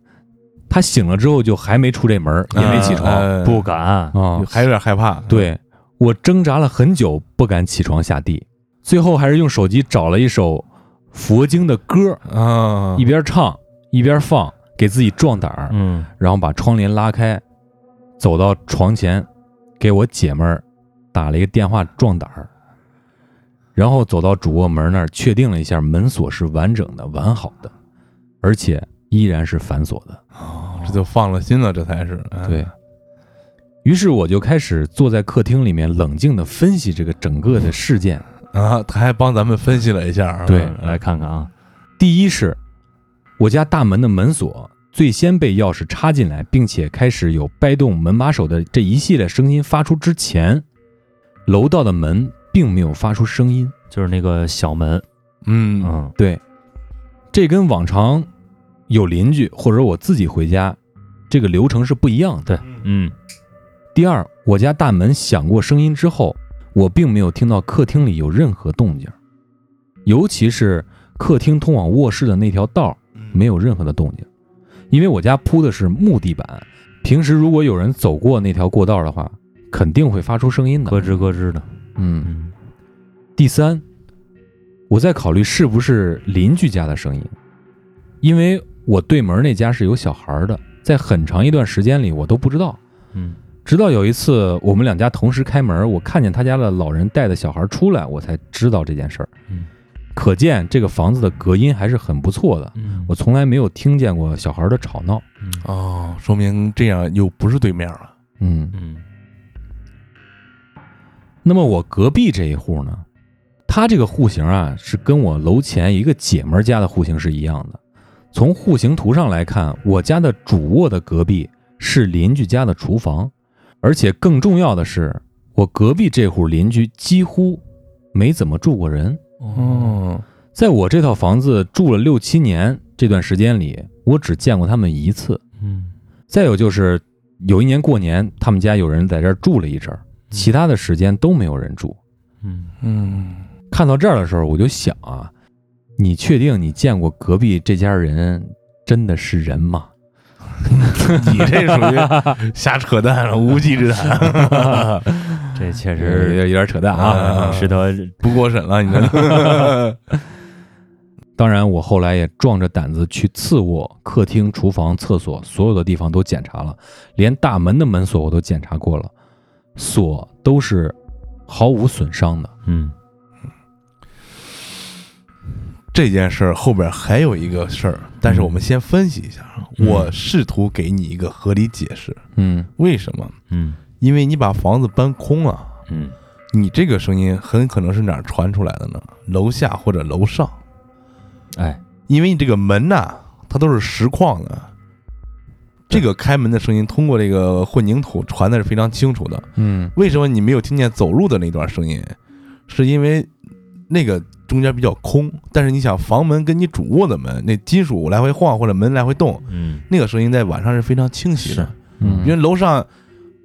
D: 他醒了之后就还没出这门儿，也没起床啊、
C: 呃
E: 不敢。
C: 还有点害怕。，
D: 对我挣扎了很久，不敢起床下地，最后还是用手机找了一首佛经的歌儿，
C: 啊
D: 一，边唱一边放，给自己壮胆儿，
E: 嗯，
D: 然后把窗帘拉开，走到床前，给我姐们儿打了一个电话壮胆儿，然后走到主卧门那儿，确定了一下门锁是完整的、完好的，而且依然是反锁的。
C: 这就放了心了，这才是。哎
D: 对，于是我就开始坐在客厅里面冷静的分析这个整个的事件。
C: 啊，他还帮咱们分析了一下啊。
D: 对
E: 来看看啊，
D: 第一是我家大门的门锁最先被钥匙插进来，并且开始有掰动门把手的这一系列声音发出之前，楼道的门并没有发出声音。
E: 就是那个小门，
C: 嗯，
E: 嗯
D: 对，这跟往常有邻居或者我自己回家这个流程是不一样的。
E: 嗯
D: 第二，我家大门响过声音之后，我并没有听到客厅里有任何动静，尤其是客厅通往卧室的那条道儿没有任何的动静。因为我家铺的是木地板，平时如果有人走过那条过道的话，肯定会发出声音的。
E: 咯吱咯吱的。
D: 嗯，
E: 嗯，
D: 第三，我在考虑是不是邻居家的声音，因为我对门那家是有小孩儿的，在很长一段时间里我都不知道。
E: 嗯，
D: 直到有一次我们两家同时开门，我看见他家的老人带着小孩出来，我才知道这件事儿。
E: 嗯，
D: 可见这个房子的隔音还是很不错的。
E: 嗯
D: 我从来没有听见过小孩的吵闹。
C: 哦，说明这样又不是对面了。
D: 嗯，
E: 嗯
D: 那么我隔壁这一户呢，他这个户型啊是跟我楼前一个姐们儿家的户型是一样的。从户型图上来看，我家的主卧的隔壁是邻居家的厨房，而且更重要的是，我隔壁这户邻居几乎没怎么住过人。
C: 哦，
D: 在我这套房子住了六七年这段时间里，我只见过他们一次。
E: 嗯
D: 再有就是，有一年过年，他们家有人在这儿住了一阵儿，其他的时间都没有人住。
E: 嗯
C: 嗯，
D: 看到这儿的时候，我就想啊，你确定你见过隔壁这家人真的是人吗？嗯
C: 你这属于瞎扯淡了，无稽之谈，
E: 这 确
D: 有
E: 实
D: 点有点 扯淡啊。
C: 嗯
E: 石头
C: 不过审了，你这。
D: 当然，我后来也壮着胆子去次卧、客厅、厨房、厕所所有的地方都检查了，连大门的门锁我都检查过了，锁都是毫无损伤的。
E: 嗯
C: 这件事儿后边还有一个事儿，但是我们先分析一下啊。
D: 嗯
C: 我试图给你一个合理解释，
D: 嗯
C: 为什么？
E: 嗯
C: 因为你把房子搬空了，
E: 嗯
C: 你这个声音很可能是哪儿传出来的呢？楼下或者楼上，
E: 哎
C: 因为你这个门呐、它都是实况的，这个开门的声音通过这个混凝土传的是非常清楚的。
D: 嗯
C: 为什么你没有听见走路的那段声音？是因为那个中间比较空，但是你想房门跟你主卧的门那金属来回晃或者门来回动，
E: 嗯
C: 那个声音在晚上是非常清晰的
E: 是。
D: 嗯
C: 因为楼上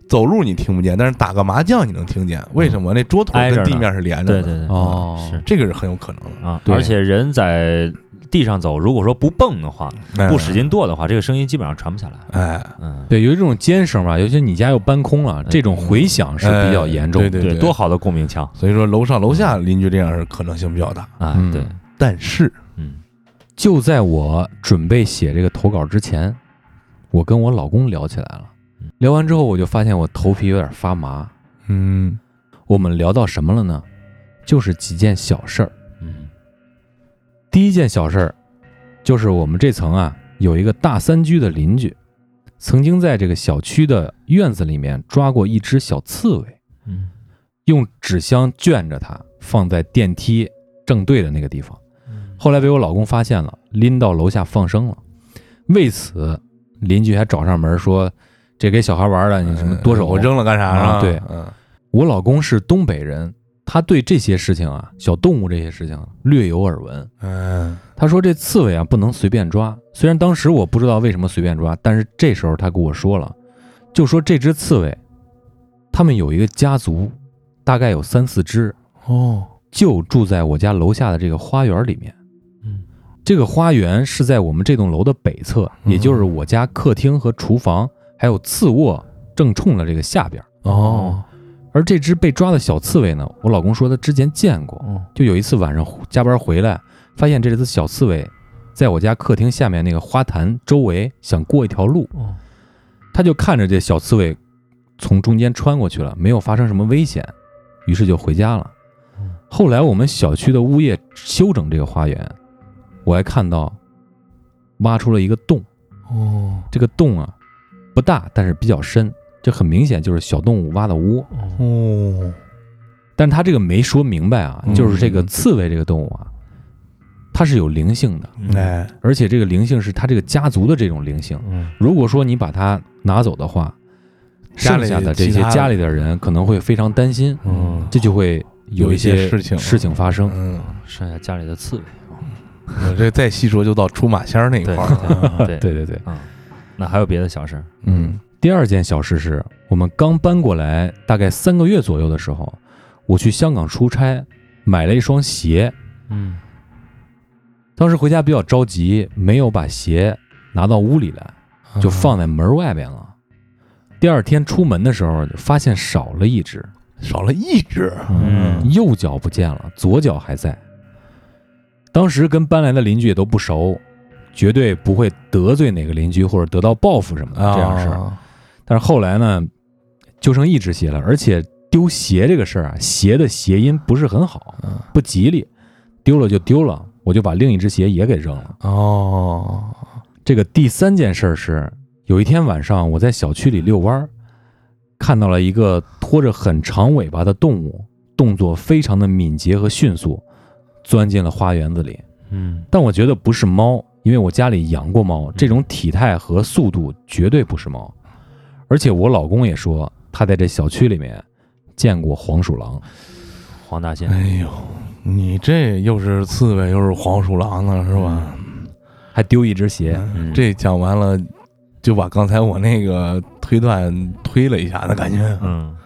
C: 走路你听不见，但是打个麻将你能听见。为什
D: 嗯
C: 么？那桌头
E: 挨着
C: 跟
E: 呢
C: 地面是连着
E: 对
C: 的。
E: 对对
D: 哦
E: 是
C: 这个是很有可能的。
E: 啊，
D: 对
E: 而且人在地上走，如果说不蹦的话，
C: 哎
E: 不使。劲跺的话，这个声音基本上传不下来。
C: 哎，
E: 嗯，
D: 对，有一种尖声吧，尤其你家又搬空了，这种回响是比较严重的。
C: 哎对对
E: 多好的共鸣腔
C: 所以说楼上楼下邻居这样是可能性比较大。
E: 啊！
D: 嗯
E: 对，
C: 但是，
E: 嗯
D: 就在我准备写这个投稿之前，我跟我老公聊起来了
E: 嗯。
D: 聊完之后，我就发现我头皮有点发麻。
C: 嗯，
D: 我们聊到什么了呢？就是几件小事儿。
E: 嗯
D: 第一件小事儿，就是我们这层啊有一个大三居的邻居，曾经在这个小区的院子里面抓过一只小刺猬。
E: 嗯
D: 用纸箱卷着它，放在电梯正对的那个地方。
C: 嗯
D: 后来被我老公发现了，拎到楼下放生了。为此，邻居还找上门说：“这给小孩玩的，你什么多手？”
C: 嗯哎我扔了干啥
D: 啊对
C: 嗯
D: 我老公是东北人，他对这些事情啊，小动物这些事情啊略有耳闻。
C: 嗯，
D: 他说这刺猬啊不能随便抓，虽然当时我不知道为什么随便抓，但是这时候他跟我说了，就说这只刺猬，他们有一个家族，大概有三四只，
C: 哦，
D: 就住在我家楼下的这个花园里面。
E: 嗯，
D: 这个花园是在我们这栋楼的北侧，
C: 嗯
D: 也就是我家客厅和厨房，还有次卧正冲着这个下边。
C: 哦，
D: 而这只被抓的小刺猬呢，我老公说他之前见过，
E: 哦
D: 就有一次晚上加班回来，发现这只小刺猬在我家客厅下面那个花坛周围想过一条路，
E: 哦
D: 他就看着这小刺猬从中间穿过去了，没有发生什么危险，于是就回家了。后来我们小区的物业修整这个花园，我还看到挖出了一个洞，
C: 哦，
D: 这个洞啊不大，但是比较深，这很明显就是小动物挖的窝。
C: 哦，
D: 但他这个没说明白啊，
C: 嗯
D: 就是这个刺猬这个动物啊，它是有灵性的，
C: 哎，
D: 而且这个灵性是它这个家族的这种灵性。
E: 嗯
D: 如果说你把它拿走的话，
C: 家里
D: 剩下的这
C: 其
D: 些
C: 他的
D: 家里的人可能会非常担心，
E: 嗯，
D: 这就会
C: 有
D: 一
C: 一
D: 些
C: 些事情
D: 事情发生。
C: 嗯，
E: 剩下家里的刺猬，
C: 我这再细说就到出马仙儿那一块
E: 对
C: 儿了。
E: 对
D: 对对对，
E: 嗯，那还有别的小事儿？
D: 嗯。第二件小事是我们刚搬过来大概三个月左右的时候，我去香港出差，买了一双鞋，
E: 嗯
D: 当时回家比较着急，没有把鞋拿到屋里来，
C: 嗯
D: 就放在门外边了。第二天出门的时候，发现少了一只，
C: 少了一只，
E: 嗯
D: 右脚不见了，左脚还在。当时跟搬来的邻居也都不熟，绝对不会得罪哪个邻居或者得到报复什么的这样的事儿。
C: 啊
D: 但是后来呢，就剩一只鞋了，而且丢鞋这个事儿啊，鞋的谐音不是很好，
C: 啊
D: 不吉利，丢了就丢了，我就把另一只鞋也给扔了。
C: 哦，
D: 这个第三件事儿是，有一天晚上我在小区里遛弯儿，看到了一个拖着很长尾巴的动物，动作非常的敏捷和迅速，钻进了花园子里。
E: 嗯
D: 但我觉得不是猫，因为我家里养过猫，这种体态和速度绝对不是猫。而且我老公也说，他在这小区里面见过黄鼠狼。
E: 黄大仙，
C: 哎呦，你这又是刺猬又是黄鼠狼呢，是吧？
D: 还丢一只鞋，
E: 嗯
C: 这讲完了，就把刚才我那个推断推了一下的感觉。
E: 嗯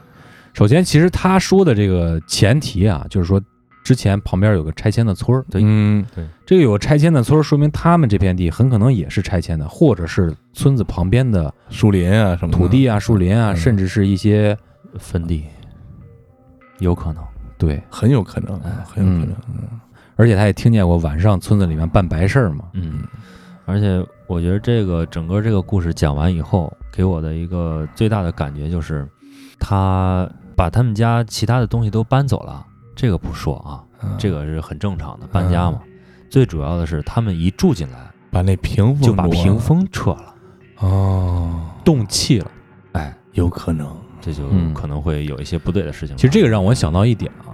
D: 首先，其实他说的这个前提啊，就是说之前旁边有个拆迁的村儿，
E: 对
C: 嗯，
D: 这个有拆迁的村儿，说明他们这片地很可能也是拆迁的，或者是村子旁边的
C: 树林啊什么的
D: 土地啊、树林啊，
C: 嗯
D: 甚至是一些
E: 坟地有可能，
D: 对，
C: 很有可能，很有可能。
D: 而且他也听见过晚上村子里面办白事儿嘛，
E: 嗯，而且我觉得这个整个这个故事讲完以后，给我的一个最大的感觉就是，他把他们家其他的东西都搬走了，这个不说啊，
C: 嗯
E: 这个是很正常的，搬家嘛。最主要的是他们一住进来
C: 把那屏风
E: 就把
C: 挪了
E: 屏风撤了，
C: 哦，
D: 动气了。
E: 哎，
C: 有可能。
E: 这就
D: 嗯
E: 可能会有一些不对的事情。
D: 其实这个让我想到一点啊，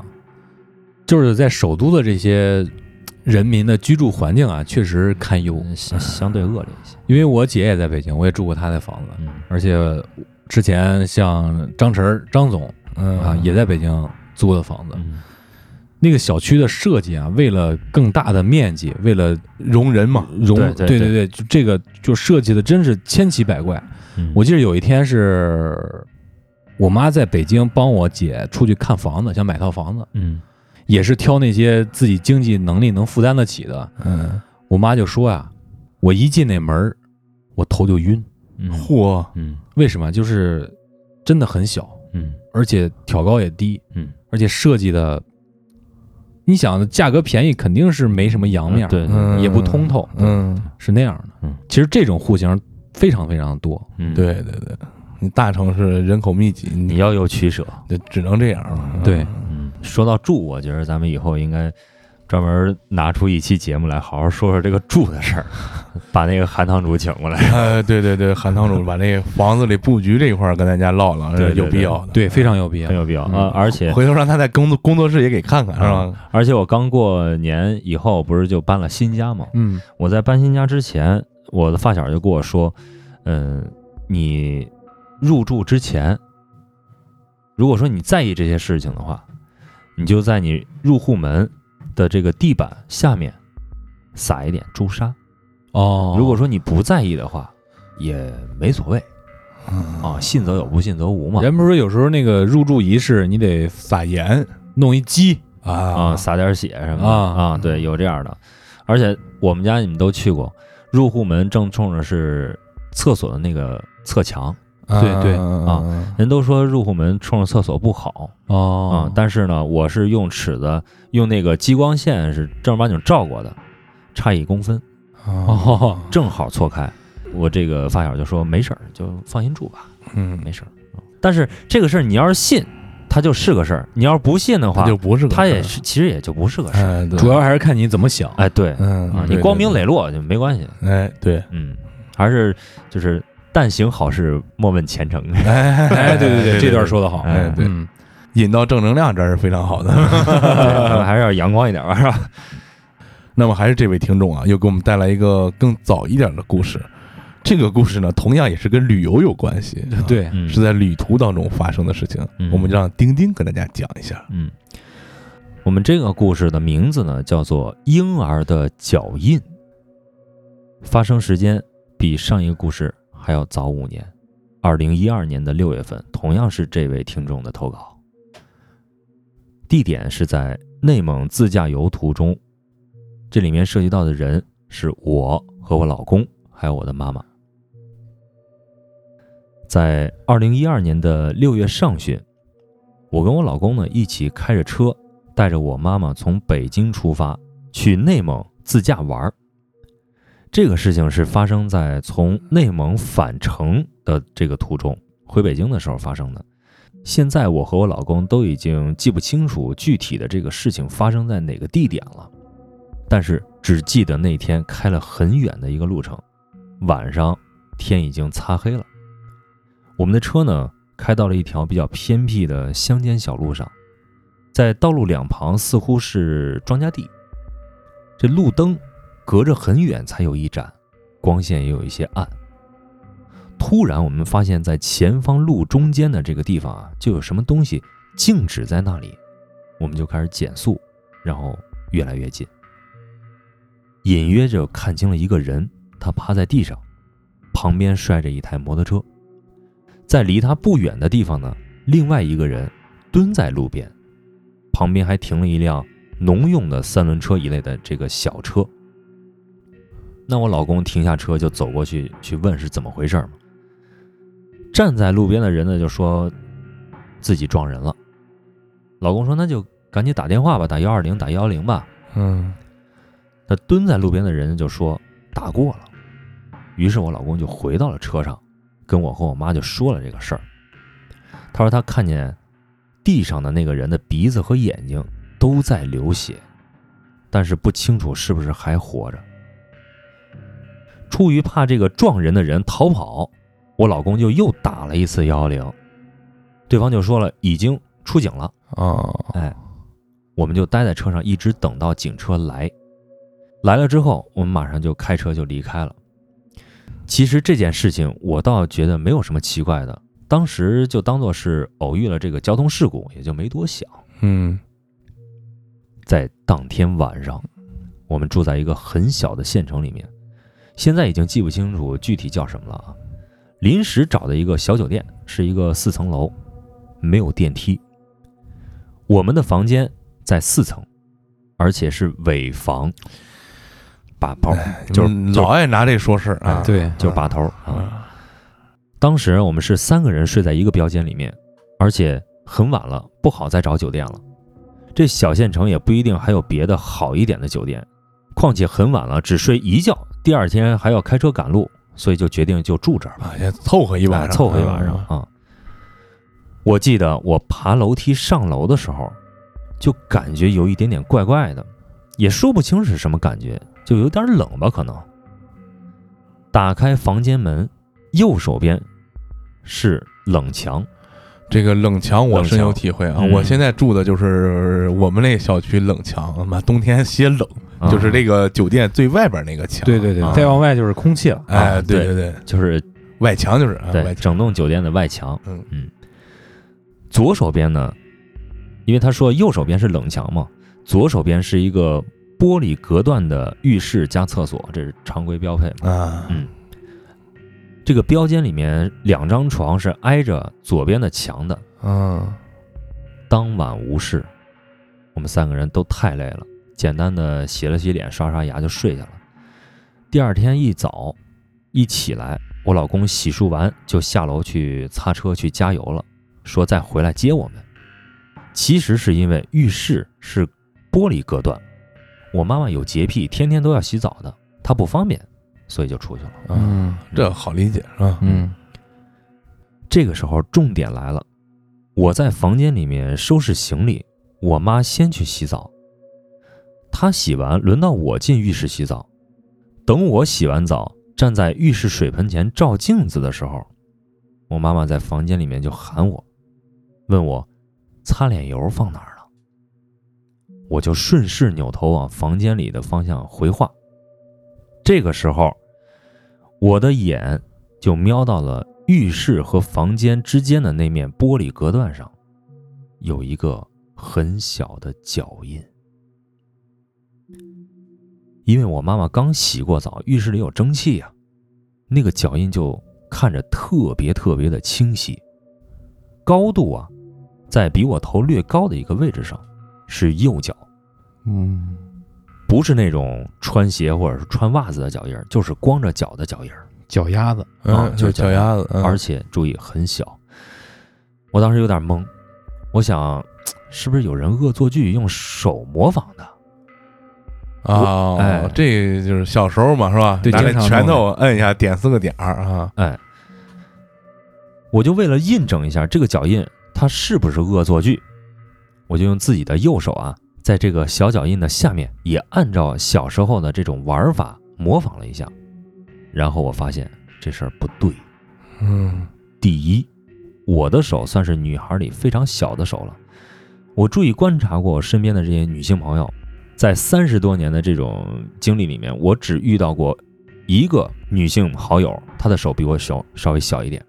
D: 就是在首都的这些人民的居住环境啊，确实堪忧。
E: 嗯相相对恶劣一些，
D: 因为我姐也在北京，我也住过她的房子，
E: 嗯
D: 而且之前像张晨儿张总
C: 嗯
D: 啊也在北京租的房子。
E: 嗯
D: 那个小区的设计啊，为了更大的面积，为了
C: 容人嘛，
D: 容，
E: 对对
D: 对对，就这个就设计的真是千奇百怪。
E: 嗯，
D: 我记得有一天是我妈在北京帮我姐出去看房子，想买套房子，
E: 嗯
D: 也是挑那些自己经济能力能负担得起的。
C: 嗯，
D: 我妈就说啊，我一进那门儿，我头就晕，
E: 嗯
C: 嚯，
E: 嗯
D: 为什么？就是真的很小，
E: 嗯
D: 而且挑高也低，
E: 嗯，
D: 而且设计的，你想价格便宜肯定是没什么洋面儿，
E: 呃对
C: 嗯
D: 也不通透，
C: 嗯，
D: 是那样的。
E: 嗯，
D: 其实这种户型非常非常多，
E: 嗯，
C: 对对对，你大城市人口密集，
E: 你
C: 你
E: 要有取舍，
C: 就只能这样了。
D: 对，
E: 嗯，说到住，我觉得咱们以后应该专门拿出一期节目来，好好说说这个住的事儿，把那个韩堂主请过来。
C: 呃，对对对，韩堂主把那房子里布局这一块儿跟大家唠唠，
E: 对
C: 是
E: 对
C: 有必要的。
D: 对，非常有必要
E: 很。有必要啊、
D: 嗯
E: 而且
C: 回头让他在工作工作室也给看看，是吧？
E: 而且我刚过年以后不是就搬了新家吗？
D: 嗯
E: 我在搬新家之前，我的发小就跟我说，嗯，你入住之前，如果说你在意这些事情的话，你就在你入户门的这个地板下面撒一点朱砂。
D: 哦，
E: 如果说你不在意的话，也没所谓。啊，信则有，不信则无
D: 嗯
E: 嘛。
D: 人不是有时候那个入住仪式，你得
C: 撒盐
D: 弄一鸡，
E: 啊，
C: 啊，
E: 撒点血什么的
D: 啊
E: 啊，对，有这样的。而且我们家你们都去过，入户门正冲着是厕所的那个侧墙，
D: 对对
C: 啊，
E: 人都说入户门冲着厕所不好
C: 嗯
E: 啊、
D: 哦，
E: 但是呢，我是用尺子用那个激光线是正儿八经照过的，差一公分，
D: 哦，
E: 正好错开。我这个发小就说没事儿，就放心住吧。
C: 嗯，
E: 没事儿。啊但是这个事儿你要是信，它就是个事儿；你要是不信的
C: 他
E: 话，
C: 就不是个
E: 它
C: 事儿
E: 也是其实也就不是个事儿。
C: 哎，对
D: 主要还是看你怎么想。
E: 哎，对
C: 嗯
E: 啊，
C: 对
E: 你光明
C: 对
E: 磊落就没关系。
C: 对哎，对，
E: 嗯，还是就是但行好事，莫问前程。
C: 哎
D: 哎，对对 对，这段
C: 对
D: 说的好。
C: 哎对
D: 嗯
C: 引到正能量这儿是非常好的。
E: 咱们还是要阳光一点吧，是吧？
C: 那么还是这位听众啊，又给我们带来一个更早一点的故事。这个故事呢，同样也是跟旅游有关系，
D: 对，
E: 嗯
C: 是在旅途当中发生的事情。
E: 嗯
C: 我们就让丁丁跟大家讲一下。
E: 嗯，我们这个故事的名字呢叫做《婴儿的脚印》，发生时间比上一个故事还要早五年，二零一二年的六月份，同样是这位听众的投稿。地点是在内蒙自驾游途中，这里面涉及到的人是我和我老公，还有我的妈妈。在二零一二年的六月上旬，我跟我老公呢一起开着车，带着我妈妈从北京出发去内蒙自驾玩儿。这个事情是发生在从内蒙返程的这个途中回北京的时候发生的。现在我和我老公都已经记不清楚具体的这个事情发生在哪个地点了，但是只记得那天开了很远的一个路程，晚上天已经擦黑了。我们的车呢开到了一条比较偏僻的乡间小路上，在道路两旁似乎是庄稼地，这路灯隔着很远才有一盏，光线也有一些暗。突然，我们发现，在前方路中间的这个地方啊，就有什么东西静止在那里，我们就开始减速，然后越来越近，隐约着看清了一个人，他趴在地上，旁边摔着一台摩托车，在离他不远的地方呢，另外一个人蹲在路边，旁边还停了一辆农用的三轮车一类的这个小车。那我老公停下车就走过去去问是怎么回事儿嘛。站在路边的人呢就说自己撞人了，老公说那就赶紧打电话吧，打幺二零，打幺幺零吧。
C: 嗯
E: 那蹲在路边的人就说打过了。于是我老公就回到了车上，跟我和我妈就说了这个事儿。他说他看见地上的那个人的鼻子和眼睛都在流血，但是不清楚是不是还活着。出于怕这个撞人的人逃跑，我老公就又打了一次幺幺零，对方就说了已经出警了。
C: 哦，
E: 哎，我们就待在车上，一直等到警车来。来了之后，我们马上就开车就离开了。其实这件事情，我倒觉得没有什么奇怪的，当时就当做是偶遇了这个交通事故，也就没多想。
C: 嗯
E: 在当天晚上，我们住在一个很小的县城里面，现在已经记不清楚具体叫什么了啊。临时找的一个小酒店，是一个四层楼，没有电梯。我们的房间在四层，而且是尾房，把包就是
C: 嗯
E: 就是
C: 老爱拿这说事儿啊
E: 啊，
D: 哎对
E: 就是把头啊。
C: 啊
E: 当时我们是三个人睡在一个标间里面，而且很晚了，不好再找酒店了。这小县城也不一定还有别的好一点的酒店，况且很晚了，只睡一觉，第二天还要开车赶路，所以就决定就住这儿
C: 啊，
E: 吧，
C: 先凑合一晚
E: 哎
C: 上，
E: 凑合一晚上
C: 啊
E: 啊。我记得我爬楼梯上楼的时候，就感觉有一点点怪怪的，也说不清是什么感觉，就有点冷吧，可能。打开房间门，右手边是冷墙，
C: 这个冷墙我深有体会啊！
E: 嗯
C: 我现在住的就是我们那小区冷墙，妈冬天歇冷，
E: 啊
C: 就是这个酒店最外边那个墙。
D: 对对对
E: 嗯
C: 啊，
D: 再往外就是空气了。
C: 哎，
E: 啊
C: 对对对，
E: 就是
C: 外墙就是啊，
E: 对
C: 外墙
E: 整栋酒店的外墙。
C: 嗯
E: 左手边呢，因为他说右手边是冷墙嘛，左手边是一个玻璃隔断的浴室加厕所，这是常规标配嘛。
C: 啊，
E: 嗯这个标间里面两张床是挨着左边的墙的。
C: 嗯
E: 当晚无事，我们三个人都太累了，简单的洗了洗脸、刷刷牙就睡下了。第二天一早一起来，我老公洗漱完就下楼去擦车去加油了，说再回来接我们。其实是因为浴室是玻璃隔断，我妈妈有洁癖，天天都要洗澡的，她不方便，所以就出去了。
C: 啊，这好理解是吧？
D: 嗯
E: 这个时候重点来了，我在房间里面收拾行李，我妈先去洗澡。她洗完，轮到我进浴室洗澡。等我洗完澡，站在浴室水盆前照镜子的时候，我妈妈在房间里面就喊我，问我擦脸油放哪儿了。我就顺势扭头往房间里的方向回话。这个时候，我的眼就瞄到了浴室和房间之间的那面玻璃隔断上，有一个很小的脚印。因为我妈妈刚洗过澡，浴室里有蒸汽呀、那个脚印就看着特别特别的清晰，高度啊，在比我头略高的一个位置上，是右脚。
D: 嗯，
E: 不是那种穿鞋或者是穿袜子的脚印儿，就是光着脚的脚印儿，
D: 脚丫子，
E: 啊
C: 嗯，
E: 就是是
C: 脚
E: 脚
C: 丫子，嗯
E: 而且注意很小。我当时有点懵，我想是不是有人恶作剧用手模仿的？
C: 啊，
E: 哎
C: 这个就是小时候嘛，是吧？
D: 对
C: 拿那
D: 经常
C: 拳
D: 弄的
C: 头摁一下，点四个点儿啊，
E: 我就为了印证一下这个脚印它是不是恶作剧，我就用自己的右手啊，在这个小脚印的下面也按照小时候的这种玩法模仿了一下，然后我发现这事儿不对。
C: 嗯
E: 第一，我的手算是女孩里非常小的手了。我注意观察过我身边的这些女性朋友，在三十多年的这种经历里面，我只遇到过一个女性好友，她的手比我小稍微小一点，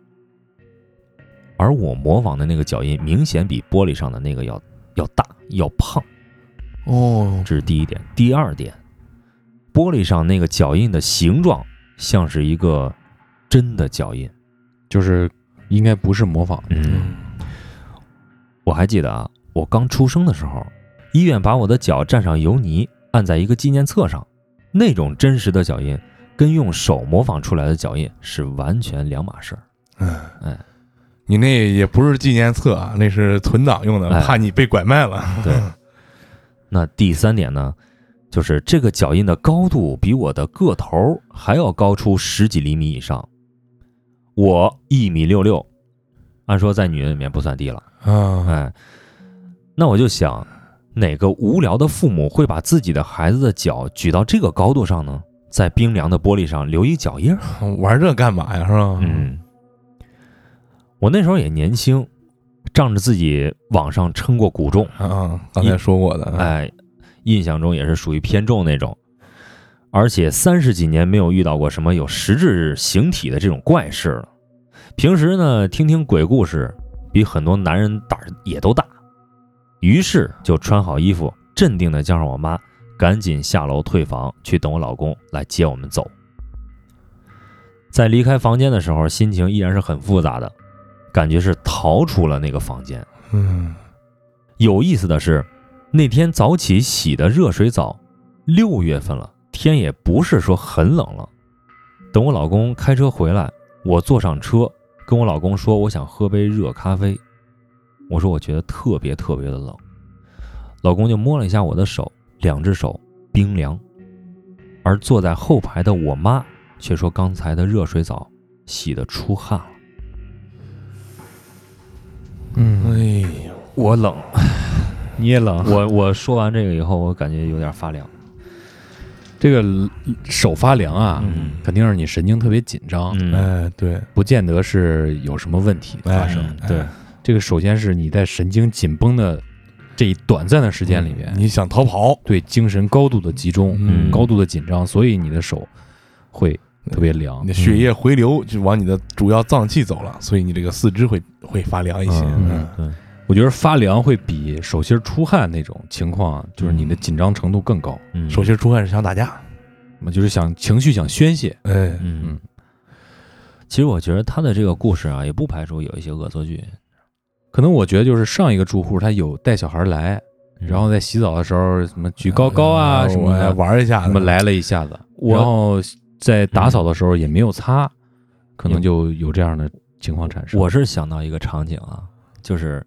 E: 而我模仿的那个脚印明显比玻璃上的那个要要大要胖。
C: 哦，
E: 这是第一点。第二点，玻璃上那个脚印的形状像是一个真的脚印。
D: 就是应该不是模仿的。
E: 嗯。我还记得啊，我刚出生的时候，医院把我的脚蘸上油泥，按在一个纪念册上，那种真实的脚印跟用手模仿出来的脚印是完全两码事儿。
C: 你那也不是纪念册啊，那是存档用的，
E: 哎
C: 怕你被拐卖了。
E: 对，那第三点呢，就是这个脚印的高度比我的个头儿还要高出十几厘米以上，我一米六六，按说在女人里面不算低了。
C: 啊，
E: 哎，那我就想，哪个无聊的父母会把自己的孩子的脚举到这个高度上呢？在冰凉的玻璃上留一脚印儿？
C: 玩这干嘛呀？是吧？，
E: 嗯，我那时候也年轻，仗着自己网上称过骨重，
C: 啊，刚才说过的，
E: 哎，印象中也是属于偏重那种，而且三十几年没有遇到过什么有实质形体的这种怪事了。平时呢，听听鬼故事，比很多男人胆儿也都大。于是就穿好衣服，镇定的叫上我妈，赶紧下楼退房去等我老公来接我们走。在离开房间的时候，心情依然是很复杂的，感觉是逃出了那个房间。
C: 嗯，
E: 有意思的是，那天早起洗的热水澡，六月份了，天也不是说很冷了。等我老公开车回来，我坐上车，跟我老公说我想喝杯热咖啡。我说我觉得特别特别的冷，老公就摸了一下我的手，两只手冰凉。而坐在后排的我妈却说刚才的热水澡洗得出汗了。
D: 嗯，
C: 哎呦，
E: 我冷，
D: 你也冷，
E: 我我说完这个以后，我感觉有点发凉。
D: 这个手发凉啊，
E: 嗯
D: 肯定是你神经特别紧张，
E: 嗯
C: 哎，对，
D: 不见得是有什么问题发生。
E: 嗯对
C: 哎
D: 这个首先是你在神经紧绷的这一短暂的时间里面，
C: 你想逃跑，
D: 对精神高度的集中、
C: 嗯
D: 高度的紧张，所以你的手会特别凉嗯
C: 你的。血液回流就往你的主要脏器走了，所以你这个四肢会会发凉一些。
D: 嗯
E: 对，
D: 我觉得发凉会比手心出汗那种情况，就是你的紧张程度更高，
E: 嗯
C: 首先出汗是想打架，
D: 就是想情绪想宣泄。
C: 哎，
E: 嗯，其实我觉得他的这个故事啊，也不排除有一些恶作剧。
D: 可能我觉得就是上一个住户他有带小孩来，
E: 嗯
D: 然后在洗澡的时候什么举高高啊
C: 嗯
D: 什么
C: 我来
D: 的，
C: 玩一下
D: 什
C: 子，
D: 么来了一下子，
E: 我
D: 然后在打扫的时候也没有擦，可能就有这样的情况产生。
E: 我是想到一个场景啊，就是，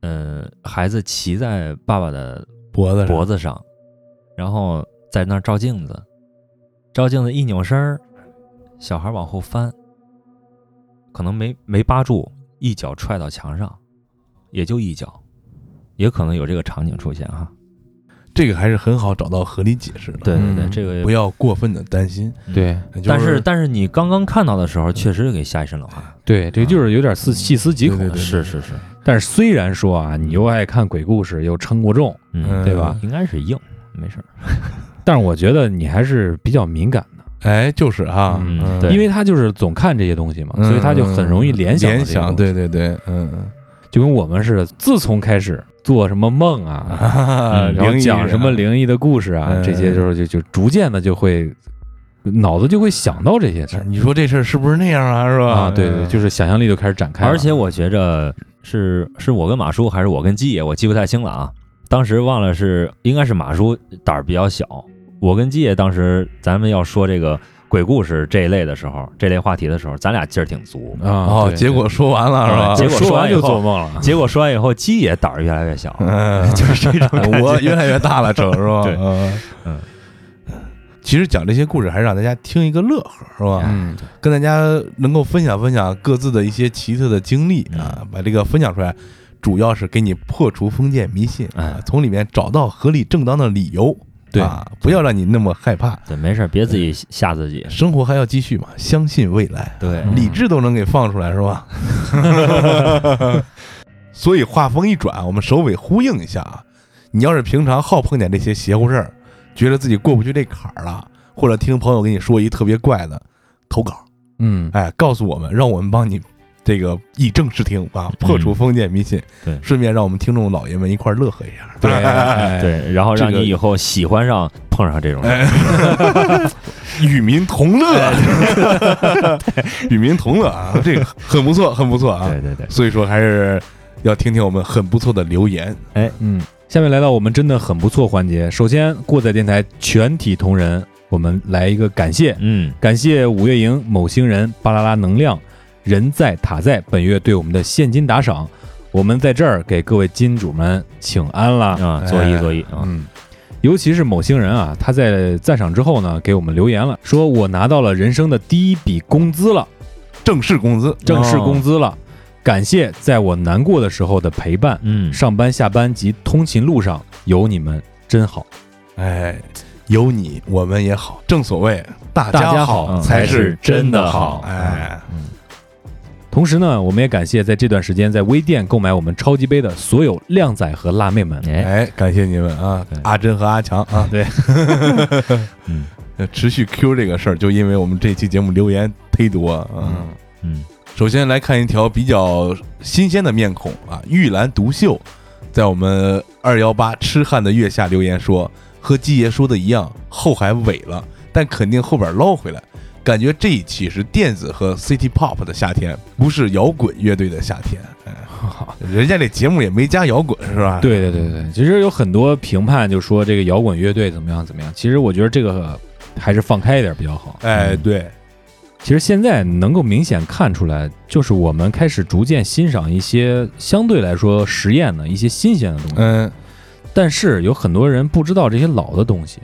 E: 呃，孩子骑在爸爸的
C: 脖子上
E: 脖子上，然后在那儿照镜子，照镜子一扭身儿，小孩往后翻，可能没没扒住，一脚踹到墙上，也就一脚，也可能有这个场景出现啊。
C: 这个还是很好找到合理解释的，
E: 对对对，
D: 嗯
E: 这个
C: 不要过分的担心。
D: 对
C: 就
E: 但是但是你刚刚看到的时候，确实给吓一身冷汗。
D: 对，这就是有点细细思极恐。
C: 对对对
E: 是是是，
D: 但是虽然说啊，你又爱看鬼故事，又称过重，
E: 嗯，
D: 对吧？
E: 应该是硬，没事儿。
D: 但是我觉得你还是比较敏感的，
C: 哎，就是啊，
E: 嗯
C: 嗯
E: 对
D: 因为他就是总看这些东西嘛，
C: 嗯
D: 所以他就很容易联想到
C: 联
D: 这些东西
C: 想，对对对，嗯，
D: 就跟我们似的，自从开始做什么梦啊，
C: 啊
E: 嗯
D: 然后讲什么灵异的故事啊，
C: 嗯
D: 这些就是就就逐渐的就会脑子就会想到这些事儿
C: 你说这事儿是不是那样啊？是吧？
D: 啊，对对，就是想象力就开始展开了，
E: 而且我觉着是是我跟马叔还是我跟季爷，我记不太清了啊。当时忘了是应该是马叔胆儿比较小，我跟基爷当时咱们要说这个鬼故事这一类的时候，这类话题的时候，咱俩劲儿挺足。
D: 啊，
C: 哦，
D: 对啊
C: 结果说完了是
E: 结
C: 吧？
E: 果
D: 说
E: 完
D: 完
E: 以
D: 就
E: 后
D: 做梦
C: 啊
D: 了。
E: 结果说完以后，基爷胆儿越来越小，
C: 嗯，
E: 就是这种感觉。
C: 我越来越大了，成是吧？
E: 对
C: 嗯
E: 嗯。
C: 其实讲这些故事还是让大家听一个乐呵，是吧？
D: 嗯，
C: 跟大家能够分享分享各自的一些奇特的经历啊，把这个分享出来，主要是给你破除封建迷信，啊
E: 哎，
C: 从里面找到合理正当的理由，
D: 对
C: 啊，不要让你那么害怕，
E: 对，没事儿，别自己吓自己。嗯
C: 生活还要继续嘛，相信未来，
E: 对，
C: 理智都能给放出来是 吧？所以话锋一转，我们首尾呼应一下啊。你要是平常好碰见这些邪乎事儿，觉得自己过不去这坎儿了，或者听朋友跟你说一特别怪的，投稿，
D: 嗯，
C: 哎，告诉我们，让我们帮你这个以正视听啊，破除封建迷信，
E: 对
C: 顺便让我们听众老爷们一块儿乐呵一下。
D: 对，哎，
E: 对，然后让
C: 这个
E: 你以后喜欢上碰上这种人。
C: 与民同乐，哎 与民同乐啊，这个很不错，很不错啊。
E: 对对对，
C: 所以说还是要听听我们很不错的留言。
D: 嗯，下面来到我们真的很不错环节。首先，过载电台全体同仁，我们来一个感谢，
E: 嗯，
D: 感谢五月营、某星人、巴啦啦能量、人在塔在本月对我们的现金打赏，我们在这儿给各位金主们请安啦。
E: 啊，作揖
C: 哎
E: 作揖啊，
D: 嗯，尤其是某星人啊，他在赞赏之后呢，给我们留言了，说我拿到了人生的第一笔工资了，
C: 正式工资，
D: 正式工资了，感谢在我难过的时候的陪伴，
E: 嗯，
D: 上班、下班及通勤路上有你们真好。
C: 哎，有你我们也好，正所谓大
D: 大
C: 家
D: 家好嗯
C: 才
E: 才是真的
C: 好
E: 好。
C: 哎，
D: 同时呢，我们也感谢在这段时间在微店购买我们超级杯的所有靓仔和辣妹们。
E: 哎，
C: 哎，感谢你们啊
E: 对，
C: 阿珍和阿强啊，
D: 对，
E: 嗯
C: 呃，持续 Q 这个事儿，就因为我们这期节目留言忒多啊。
D: 嗯
E: 嗯，
C: 首先来看一条比较新鲜的面孔啊，玉兰独秀，在我们二幺八痴汉的月下留言说，和鸡爷说的一样，后海萎了，但肯定后边捞回来。感觉这一期是电子和 City Pop 的夏天，不是摇滚乐队的夏天。哎，人家这节目也没加摇滚是吧？，
D: 对对对对对，其实有很多评判就说这个摇滚乐队怎么样怎么样，其实我觉得这个还是放开一点比较好。
C: 哎对，
D: 其实现在能够明显看出来，就是我们开始逐渐欣赏一些相对来说实验的一些新鲜的东西，
C: 嗯
D: 但是有很多人不知道这些老的东西，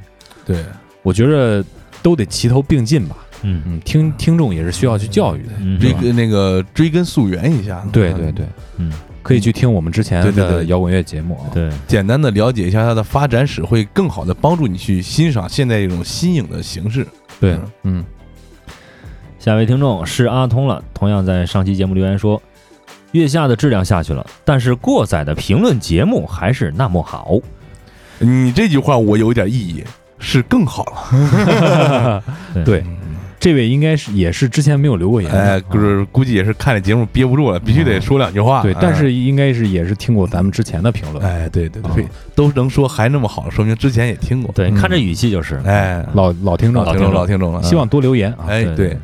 C: 对，
D: 我觉着都得齐头并进吧。
E: 嗯
D: 嗯，
C: 啊
D: 听听众也是需要去教育的。
E: 嗯，
C: 追根那个追根溯源一下，
D: 对对对，
E: 嗯，
D: 可以去听我们之前
C: 对对
D: 的
C: 对
D: 摇滚乐节目啊。
E: 对，
C: 简单的了解一下它的发展史，会更好的帮助你去欣赏现在这种新颖的形式。
D: 对，嗯，
E: 下一位听众是阿通了，同样在上期节目留言说，月下的质量下去了，但是过载的评论节目还是那么好。
C: 你这句话我有点异议，是更好了。
D: 对，这位应该是也是之前没有留过言的，
C: 哎，就是估计也是看这节目憋不住了，必须得说两句话。
D: 嗯对，
C: 哎
D: 但是应该是也是听过咱们之前的评论。
C: 哎，对对对
D: 啊，
C: 都能说还那么好，说明之前也听过。
E: 对，
D: 嗯
E: 看这语气就是，
C: 哎，
D: 老老听众，
E: 老
C: 听众老听众了，
D: 希望多留言啊。
C: 哎
E: 对
C: 对。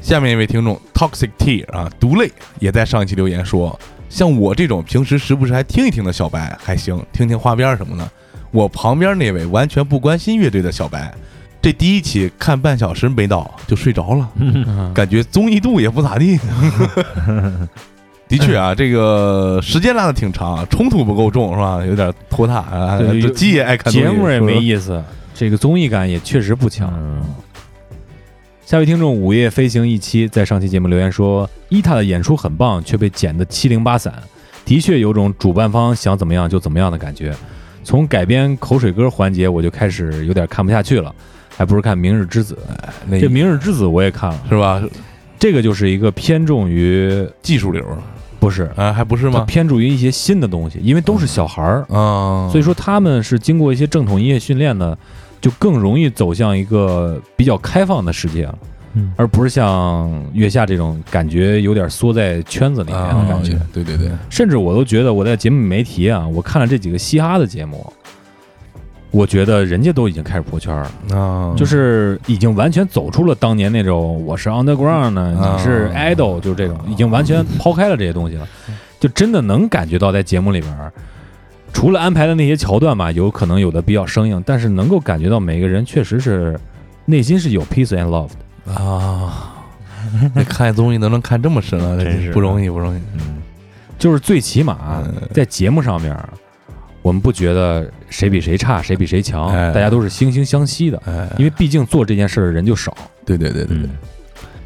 C: 下面一位听众 Toxic T 啊，毒类也在上一期留言说，像我这种平时时不时还听一听的小白还行，听听花边儿什么的。我旁边那位完全不关心乐队的小白，这第一期看半小时没到就睡着了，
D: 嗯
C: 感觉综艺度也不咋 地。的确啊，这个时间拉的挺长，啊冲突不够重是吧？有点拖沓啊。
D: 对
C: 这鸡也爱看综艺
D: 节目也没
C: 是吧
D: 意思，这个综艺感也确实不强。
E: 嗯
D: 下位听众午夜飞行一期在上期节目留言说，伊塔的演出很棒，却被剪得七零八散，的确有种主办方想怎么样就怎么样的感觉。从改编口水歌环节，我就开始有点看不下去了，还不如看《明日之子》。哎
C: 那
D: 这《明日之子》我也看了，
C: 是吧？
D: 这个就是一个偏重于
C: 技术流
D: 不是
C: 啊，还不是
D: 它
C: 吗？
D: 偏重于一些新的东西，因为都是小孩儿，
C: 嗯，
D: 所以说他们是经过一些正统音乐训练呢，就更容易走向一个比较开放的世界了，
E: 嗯
D: 而不是像月下这种感觉有点缩在圈子里面
C: 啊
D: 的感觉。
C: 对对对，
D: 甚至我都觉得我在节目里没提啊，我看了这几个嘻哈的节目，我觉得人家都已经开始破圈了，
C: 啊，
D: 就是已经完全走出了当年那种我是 underground 呢，
C: 啊
D: 你是 idol，就
C: 嗯
D: 是这种，已经完全抛开了这些东西了，就真的能感觉到在节目里边儿除了安排的那些桥段吧，有可能有的比较生硬，但是能够感觉到每个人确实是内心是有 peace and love 的。
C: 啊， 那看综艺能能看这么深啊，
E: 真是
C: 不容易，不容易。
E: 嗯，
D: 就是最起码
C: 嗯
D: 在节目上面，我们不觉得谁比谁差，谁比谁强，
C: 哎
D: 大家都是惺惺相惜的，
C: 哎，
D: 因为毕竟做这件事儿的人就少。
C: 对对对对对
E: 嗯，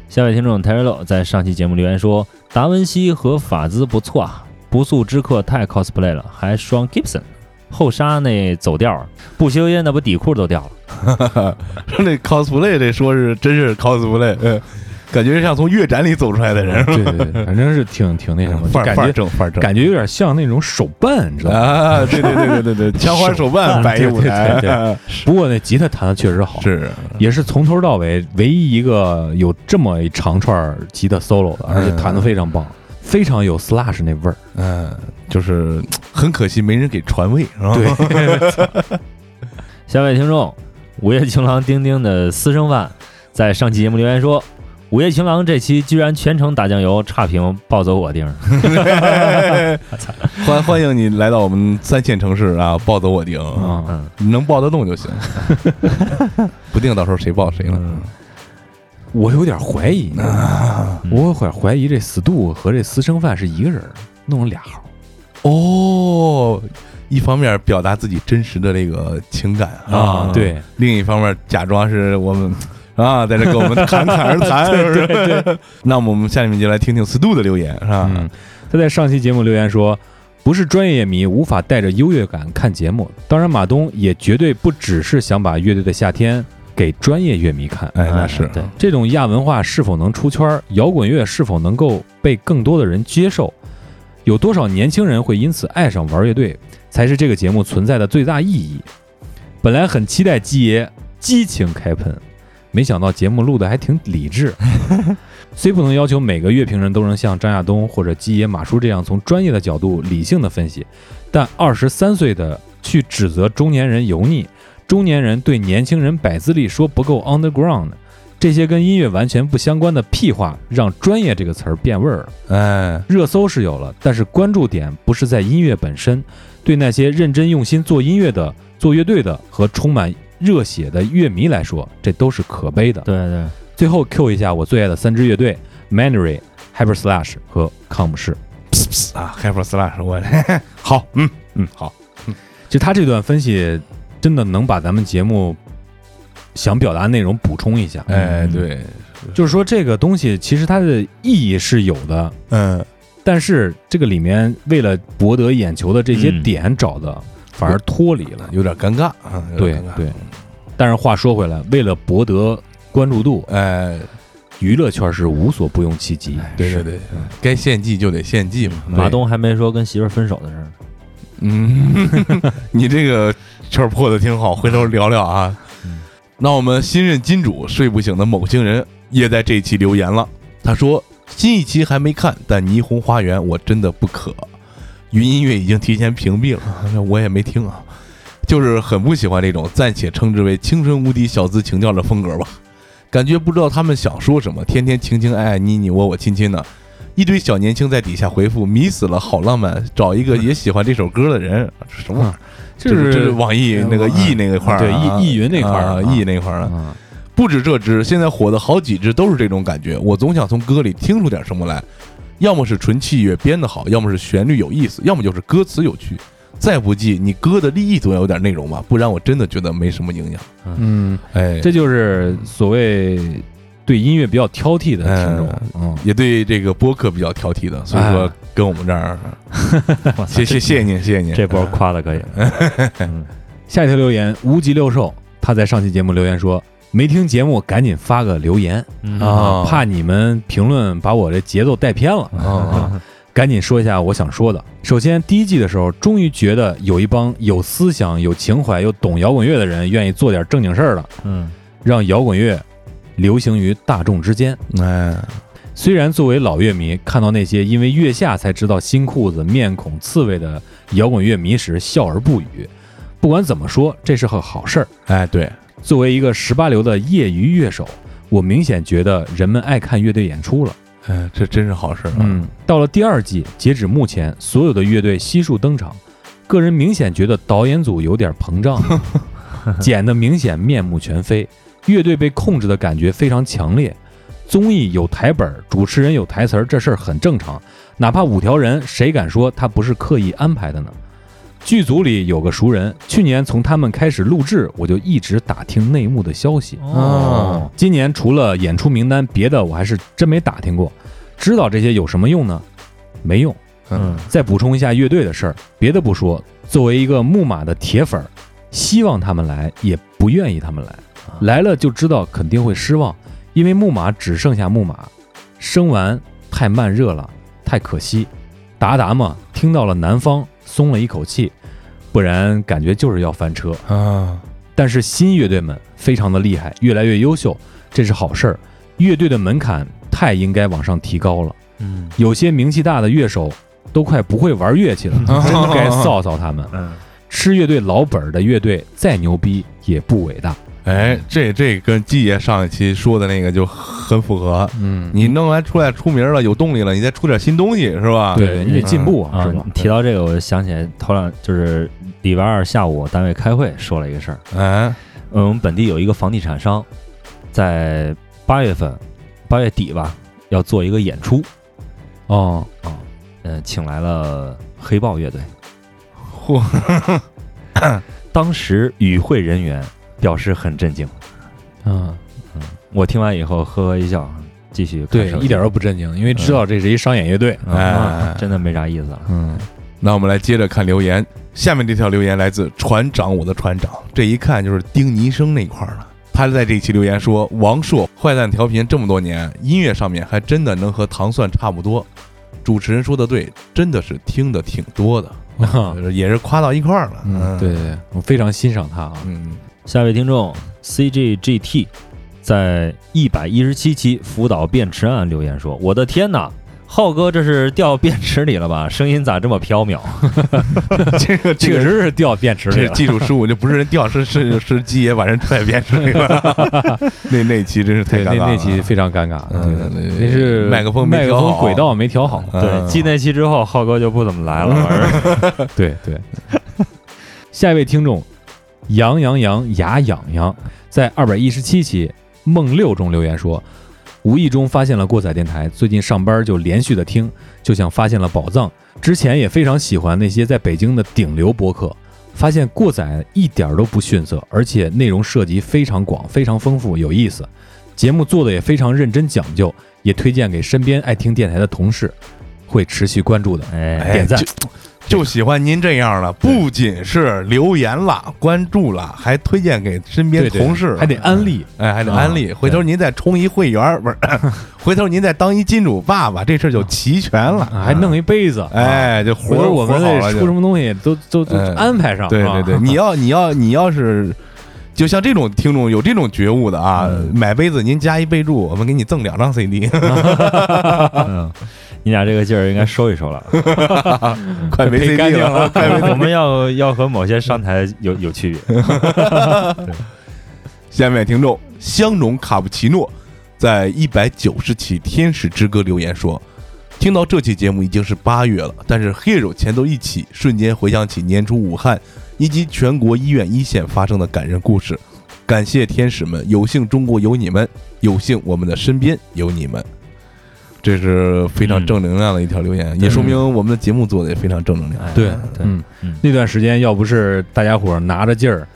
E: 下位听众 t e r r o 在上期节目留言说，达文西和法兹不错啊，不速之客太 cosplay 了，还双 Gibson，后沙那走调了，不修烟那不底裤都掉了。
C: 说 那 cosplay 这说是真是 cosplay，嗯，感觉像从乐展里走出来的人，
D: 对对对，反正是挺挺那什么，
C: 哎 范儿
D: 感
C: 范儿
D: 觉
C: 正范儿正。
D: 感觉有点像那种手办，你知道吗？
C: 啊，对对对对对对，枪花手办摆一舞台，啊
D: 对对对不过那吉他弹的确实 好，
C: 是
D: 也是从头到尾唯一一个有这么一长串儿吉他 solo 的，而且弹的非常棒，非常有 Slash 那味儿。
C: 嗯，就是很可惜没人给传位，是啊吧？
D: 对，
E: 下位听众，午夜情郎丁丁的私生饭在上期节目留言说，午夜情郎这期居然全程打酱油，差评暴走我丁儿。
C: 欢欢迎你来到我们三线城市啊，抱走我顶，
D: 啊，
E: 嗯，
C: 你能抱得动就行，不定到时候谁抱谁了。
D: 我有点怀疑，你知道
C: 啊
D: 吗我有点怀疑这 Stu 和这私生饭是一个人儿弄了俩号儿。
C: 哦，一方面表达自己真实的那个情感
D: 啊对，
C: 另一方面假装是我们。 啊，在这跟我们侃侃而谈，对对对。那么我们下面就来听听 Stu 的留言，是吧？
D: 嗯，他在上期节目留言说，不是专业迷无法带着优越感看节目。当然，马东也绝对不只是想把乐队的夏天给专业乐迷看。
C: 哎，那是，
E: 对，
D: 这种亚文化是否能出圈儿，摇滚乐是否能够被更多的人接受，有多少年轻人会因此爱上玩乐队，才是这个节目存在的最大意义。本来很期待鸡爷激情开喷，没想到节目录的还挺理智。虽不能要求每个乐评人都能像张亚东或者鸡爷、马叔这样从专业的角度理性的分析，但二十三岁的去指责中年人油腻，中年人对年轻人摆资历说不够 underground，这些跟音乐完全不相关的屁话，让“专业”这个词儿变味儿了。
C: 哎，
D: 热搜是有了，但是关注点不是在音乐本身，对那些认真用心做音乐的、做乐队的和充满热血的乐迷来说，这都是可悲的。
E: 对对，
D: 最后 Q 一下我最爱的三支乐队 Manary、Hyper Slash 和康姆士。
C: 啊，Hyper Slash，我 好，嗯嗯，好，
D: 就他这段分析，真的能把咱们节目想表达内容补充一下。
C: 哎，
E: 嗯
C: 对，
D: 就是说这个东西其实它的意义是有的，
C: 嗯，
D: 但是这个里面为了博得眼球的这些
E: 嗯
D: 点找的，反而脱离了。
C: 有点尴尬啊，有
D: 对
C: 点尴尬，
D: 对，但是话说回来，为了博得关注度，
C: 哎，
D: 娱乐圈是无所不用其极。
C: 对对对，嗯该献祭就得献祭嘛。
E: 马东还没说跟媳妇儿分手的事儿。
C: 嗯， 你这个圈儿破的挺好，回头聊聊啊
E: 嗯。
C: 那我们新任金主睡不醒的某星人也在这一期留言了，他说新一期还没看，但《霓虹花园》我真的不可，云音乐已经提前屏蔽了， 那我也没听啊，就是很不喜欢这种暂且称之为青春无敌小资情调的风格吧，感觉不知道他们想说什么，天天情情爱爱你你我我亲亲的，一堆小年轻在底下回复迷死了，好浪漫，找 一个也喜欢这首歌的人，什么玩意儿？
D: 这
C: 啊这
D: 是
C: 是网易那个易那个块儿啊，
D: 对易易云那块儿
C: 啊
D: 啊
C: 易那块儿啊。
D: 啊，
C: 不止这支，现在火的好几支都是这种感觉。我总想从歌里听出点什么来，要么是纯器乐编得好，要么是旋律有意思，要么就是歌词有趣。再不济，你歌的立意总要有点内容吧，不然我真的觉得没什么营养。
D: 嗯，
C: 哎，
D: 这就是所谓对音乐比较挑剔的听众。嗯，
C: 也对这个播客比较挑剔的，所以说
D: 哎
C: 跟我们这 儿，
E: 哇塞
C: 谢谢谢谢您，谢谢您。
E: 这波夸的可以。嗯
D: 下一条留言无极六兽，他在上期节目留言说。没听节目，赶紧发个留言
E: 嗯
C: 啊
D: 怕你们评论把我这节奏带偏了。
C: 啊，
D: 赶紧说一下我想说的。首先，第一季的时候，终于觉得有一帮有思想、有情怀、又懂摇滚乐的人，愿意做点正经事儿了，
E: 嗯
D: 让摇滚乐流行于大众之间。
C: 哎，
D: 虽然作为老乐迷，看到那些因为月下才知道新裤子、面孔刺猬的摇滚乐迷时笑而不语，不管怎么说，这是个好事儿。
C: 哎，对，
D: 作为一个十八流的业余乐手，我明显觉得人们爱看乐队演出了。嗯
C: 哎，这真是好事儿啊。
D: 嗯，到了第二季，截止目前，所有的乐队悉数登场，个人明显觉得导演组有点膨胀，剪得明显面目全非，乐队被控制的感觉非常强烈。综艺有台本儿，主持人有台词儿，这事儿很正常。哪怕五条人，谁敢说他不是刻意安排的呢？剧组里有个熟人，去年从他们开始录制，我就一直打听内幕的消息。
E: 哦，
D: 今年除了演出名单，别的我还是真没打听过。知道这些有什么用呢？没用。
E: 嗯，
D: 再补充一下乐队的事儿，别的不说，作为一个木马的铁粉儿，希望他们来，也不愿意他们来。来了就知道肯定会失望，因为木马只剩下木马，生完太慢热了，太可惜。达达嘛，听到了南方，松了一口气，不然感觉就是要翻车。
C: 啊，
D: 但是新乐队们非常的厉害，越来越优秀，这是好事儿。乐队的门槛太应该往上提高了，
E: 嗯
D: 有些名气大的乐手都快不会玩乐器 了，真的该臊臊他们。
E: 嗯，
D: 吃乐队老本儿的乐队再牛逼也不伟大。
C: 哎，这这跟季爷上一期说的那个就很符合。
D: 嗯，
C: 你弄完出来出名了，有动力了，你再出点新东西是吧？
D: 对，
E: 你
D: 越进步啊，
E: 啊
D: 是吧？，
E: 提到这个，我就想起来头两就是礼拜二下午，我单位开会说了一个事儿。
C: 哎，
E: 嗯，我们本地有一个房地产商，在八月份，八月底吧，要做一个演出，
D: 哦，
E: 嗯，请来了黑豹乐队。
C: 嚯，
E: 当时与会人员表示很震惊，
D: 嗯，
E: 我听完以后呵呵一笑，继续看
D: 对，
E: 手机
D: 一点都不震惊，因为知道这是一商演乐队。
E: 啊
C: 哎
E: 真的没啥意思了。
D: 嗯，
C: 那我们来接着看留言。下面这条留言来自船长，我的船长，这一看就是丁尼生那块儿了。他在这一期留言说，王朔坏蛋调频这么多年，音乐上面还真的能和糖蒜差不多。主持人说的对，真的是听的挺多的，就是也是夸到一块儿了。
D: 啊嗯，对，对，对我非常欣赏他啊。
C: 嗯，
E: 下一位听众 CGGT 在一百一十七期福岛便池案留言说：“我的天哪，浩哥这是掉便池里了吧？声音咋这么飘渺？
C: 这个这
D: 确
C: 个。
D: 实是掉便池里
C: 这
D: 了。
C: 技术失误就不是人掉，是是是鸡爷把人踹扁是吧？ 那那期真是太
D: 对，
C: 尴
D: 那
C: 尬了。
D: 那期非常尴尬，
C: 嗯
D: 对
C: 对
D: 对
C: 对
D: 那是
C: 麦克风没
D: 麦克
C: 调
D: 风
C: 好
D: 轨道没调好。
E: 对，
C: 嗯
E: 继那期之后，浩哥就不怎么来了。而
D: 对对。 下一位听众，杨洋洋牙痒痒，在二百一十七期梦六中留言说，无意中发现了过载电台，最近上班就连续的听，就像发现了宝藏。之前也非常喜欢那些在北京的顶流播客，发现过载一点儿都不逊色，而且内容涉及非常广、非常丰富，有意思。节目做的也非常认真讲究，也推荐给身边爱听电台的同事，会持续关注的。
E: 哎，
D: 点赞
C: 就就喜欢您这样的，不仅是留言啦、关注啦，还推荐给身边
D: 对对
C: 同事，啊
D: 还得啊安利，
C: 哎，还得安利。回头您再充一会员，不 是？回头您再当一金主爸爸，这事儿就齐全了。
D: 啊还弄一杯子，啊，
C: 哎，就
D: 回
C: 活
D: 头我们
C: 活好了
D: 得
C: 就
D: 出什么东西都都都
C: 哎
D: 安排上啊。
C: 对对对， 你要你要你要是。就像这种听众有这种觉悟的啊，
D: 嗯
C: 买杯子您加一备注，我们给你赠两张 CD，
E: 嗯，你俩这个劲儿应该收一收了。
C: 快没
D: 赔
C: CD
D: 干净
C: 了， 快没 CD
E: 哎我们要要和某些商台有有区别。
C: 下面听众香浓卡布奇诺在一百九十期《天使之歌》留言说：“听到这期节目已经是八月了，但是 Hero 前奏一起，瞬间回想起年初武汉以及全国医院一线发生的感人故事。感谢天使们，有幸中国有你们，有幸我们的身边有你们。”这是非常正能量的一条留言，也说明我们的节目做的也非常正能量。
E: 哎
D: 对
E: 对，
D: 嗯
E: 嗯，
D: 那段时间要不是大家伙儿拿着劲儿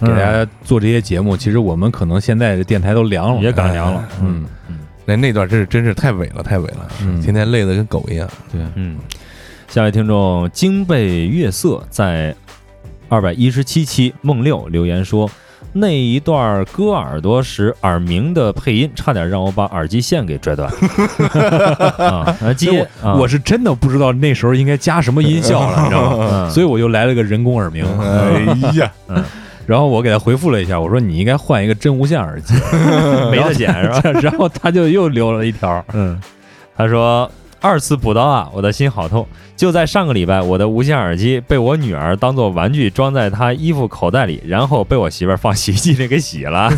C: 嗯
D: 给大家做这些节目，其实我们可能现在这电台都凉了，
E: 也赶凉了。
D: 嗯，
C: 那那段真是真是太伟了，太伟了，
D: 嗯
C: 天天累得跟狗一样。
E: 嗯，下位听众金贝月色在二百一十七期梦六留言说，那一段割耳朵时耳鸣的配音，差点让我把耳机线给拽断。 啊，啊
D: 其实
E: 接
D: 我我是真的不知道那时候应该加什么音效 了，你知道吗？
C: 嗯
E: 啊，
D: 所以我就来了个人工耳鸣，
C: 哎呀，
D: 然后我给他回复了一下，我说你应该换一个真无线耳机，
E: 嗯以没得剪是吧？
D: 然后他就又留了一条，
E: 嗯，他说二次补刀啊，我的心好痛。就在上个礼拜，我的无线耳机被我女儿当做玩具装在她衣服口袋里，然后被我媳妇儿放洗衣机里给洗了。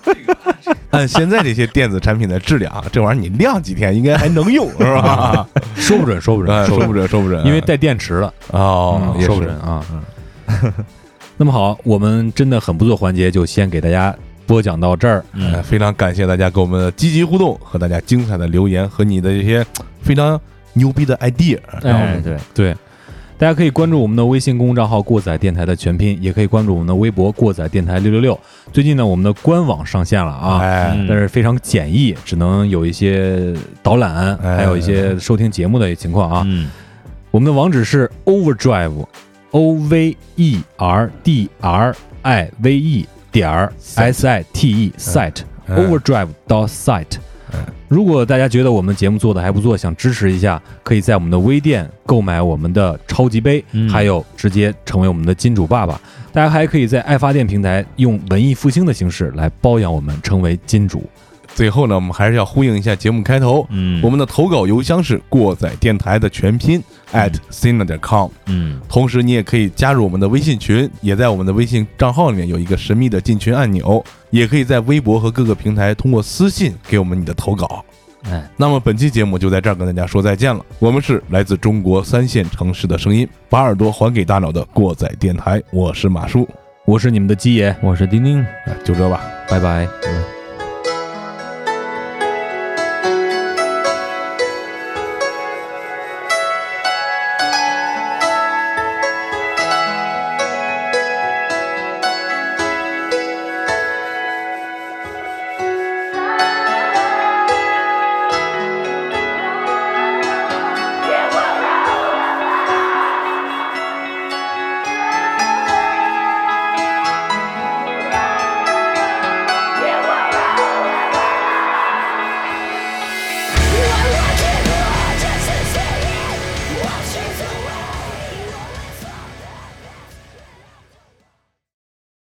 C: 按嗯现在这些电子产品的质量啊，这玩意儿你晾几天应该还能用，是吧？
D: 说不准，说不
C: 哎说
D: 准，不
C: 不准，说不准，
D: 因为带电池了，
C: 哦，
D: 嗯
C: 也
D: 说不
C: 是
D: 准啊。 那么好，我们真的很不错环节就先给大家播讲到这儿。
C: 哎，非常感谢大家给我们的积极互动和大家精彩的留言和你的这些非常牛逼的 idea，让我
E: 哎，
C: 们
E: 对，
D: 对，大家可以关注我们的微信公众账号“过载电台”的全拼，也可以关注我们的微博“过载电台六六六”。最近呢，我们的官网上线了啊，
C: 哎
E: 嗯
D: 但是非常简易，只能有一些导览，
C: 哎
D: 还有一些收听节目的情况啊。
E: 嗯，
D: 我们的网址是 overdrive o v e r d r i v e 点儿 s i t e site
C: 嗯
D: overdrive 到 site。如果大家觉得我们节目做的还不错，想支持一下，可以在我们的微店购买我们的超级杯，
E: 嗯
D: 还有直接成为我们的金主爸爸。大家还可以在爱发电平台用文艺复兴的形式来包养我们，成为金主。
C: 最后呢，我们还是要呼应一下节目开头，
E: 嗯
C: 我们的投稿邮箱是过载电台的全拼 at sina 点 com，
E: 嗯，
C: 同时你也可以加入我们的微信群，也在我们的微信账号里面有一个神秘的进群按钮，也可以在微博和各个平台通过私信给我们你的投稿。
E: 哎，
C: 那么本期节目就在这儿跟大家说再见了。我们是来自中国三线城市的声音，把耳朵还给大脑的过载电台，我是马叔，
D: 我是你们的鸡爷，啊
E: 我是丁丁，
C: 哎就这吧。
D: 拜拜。
E: 拜拜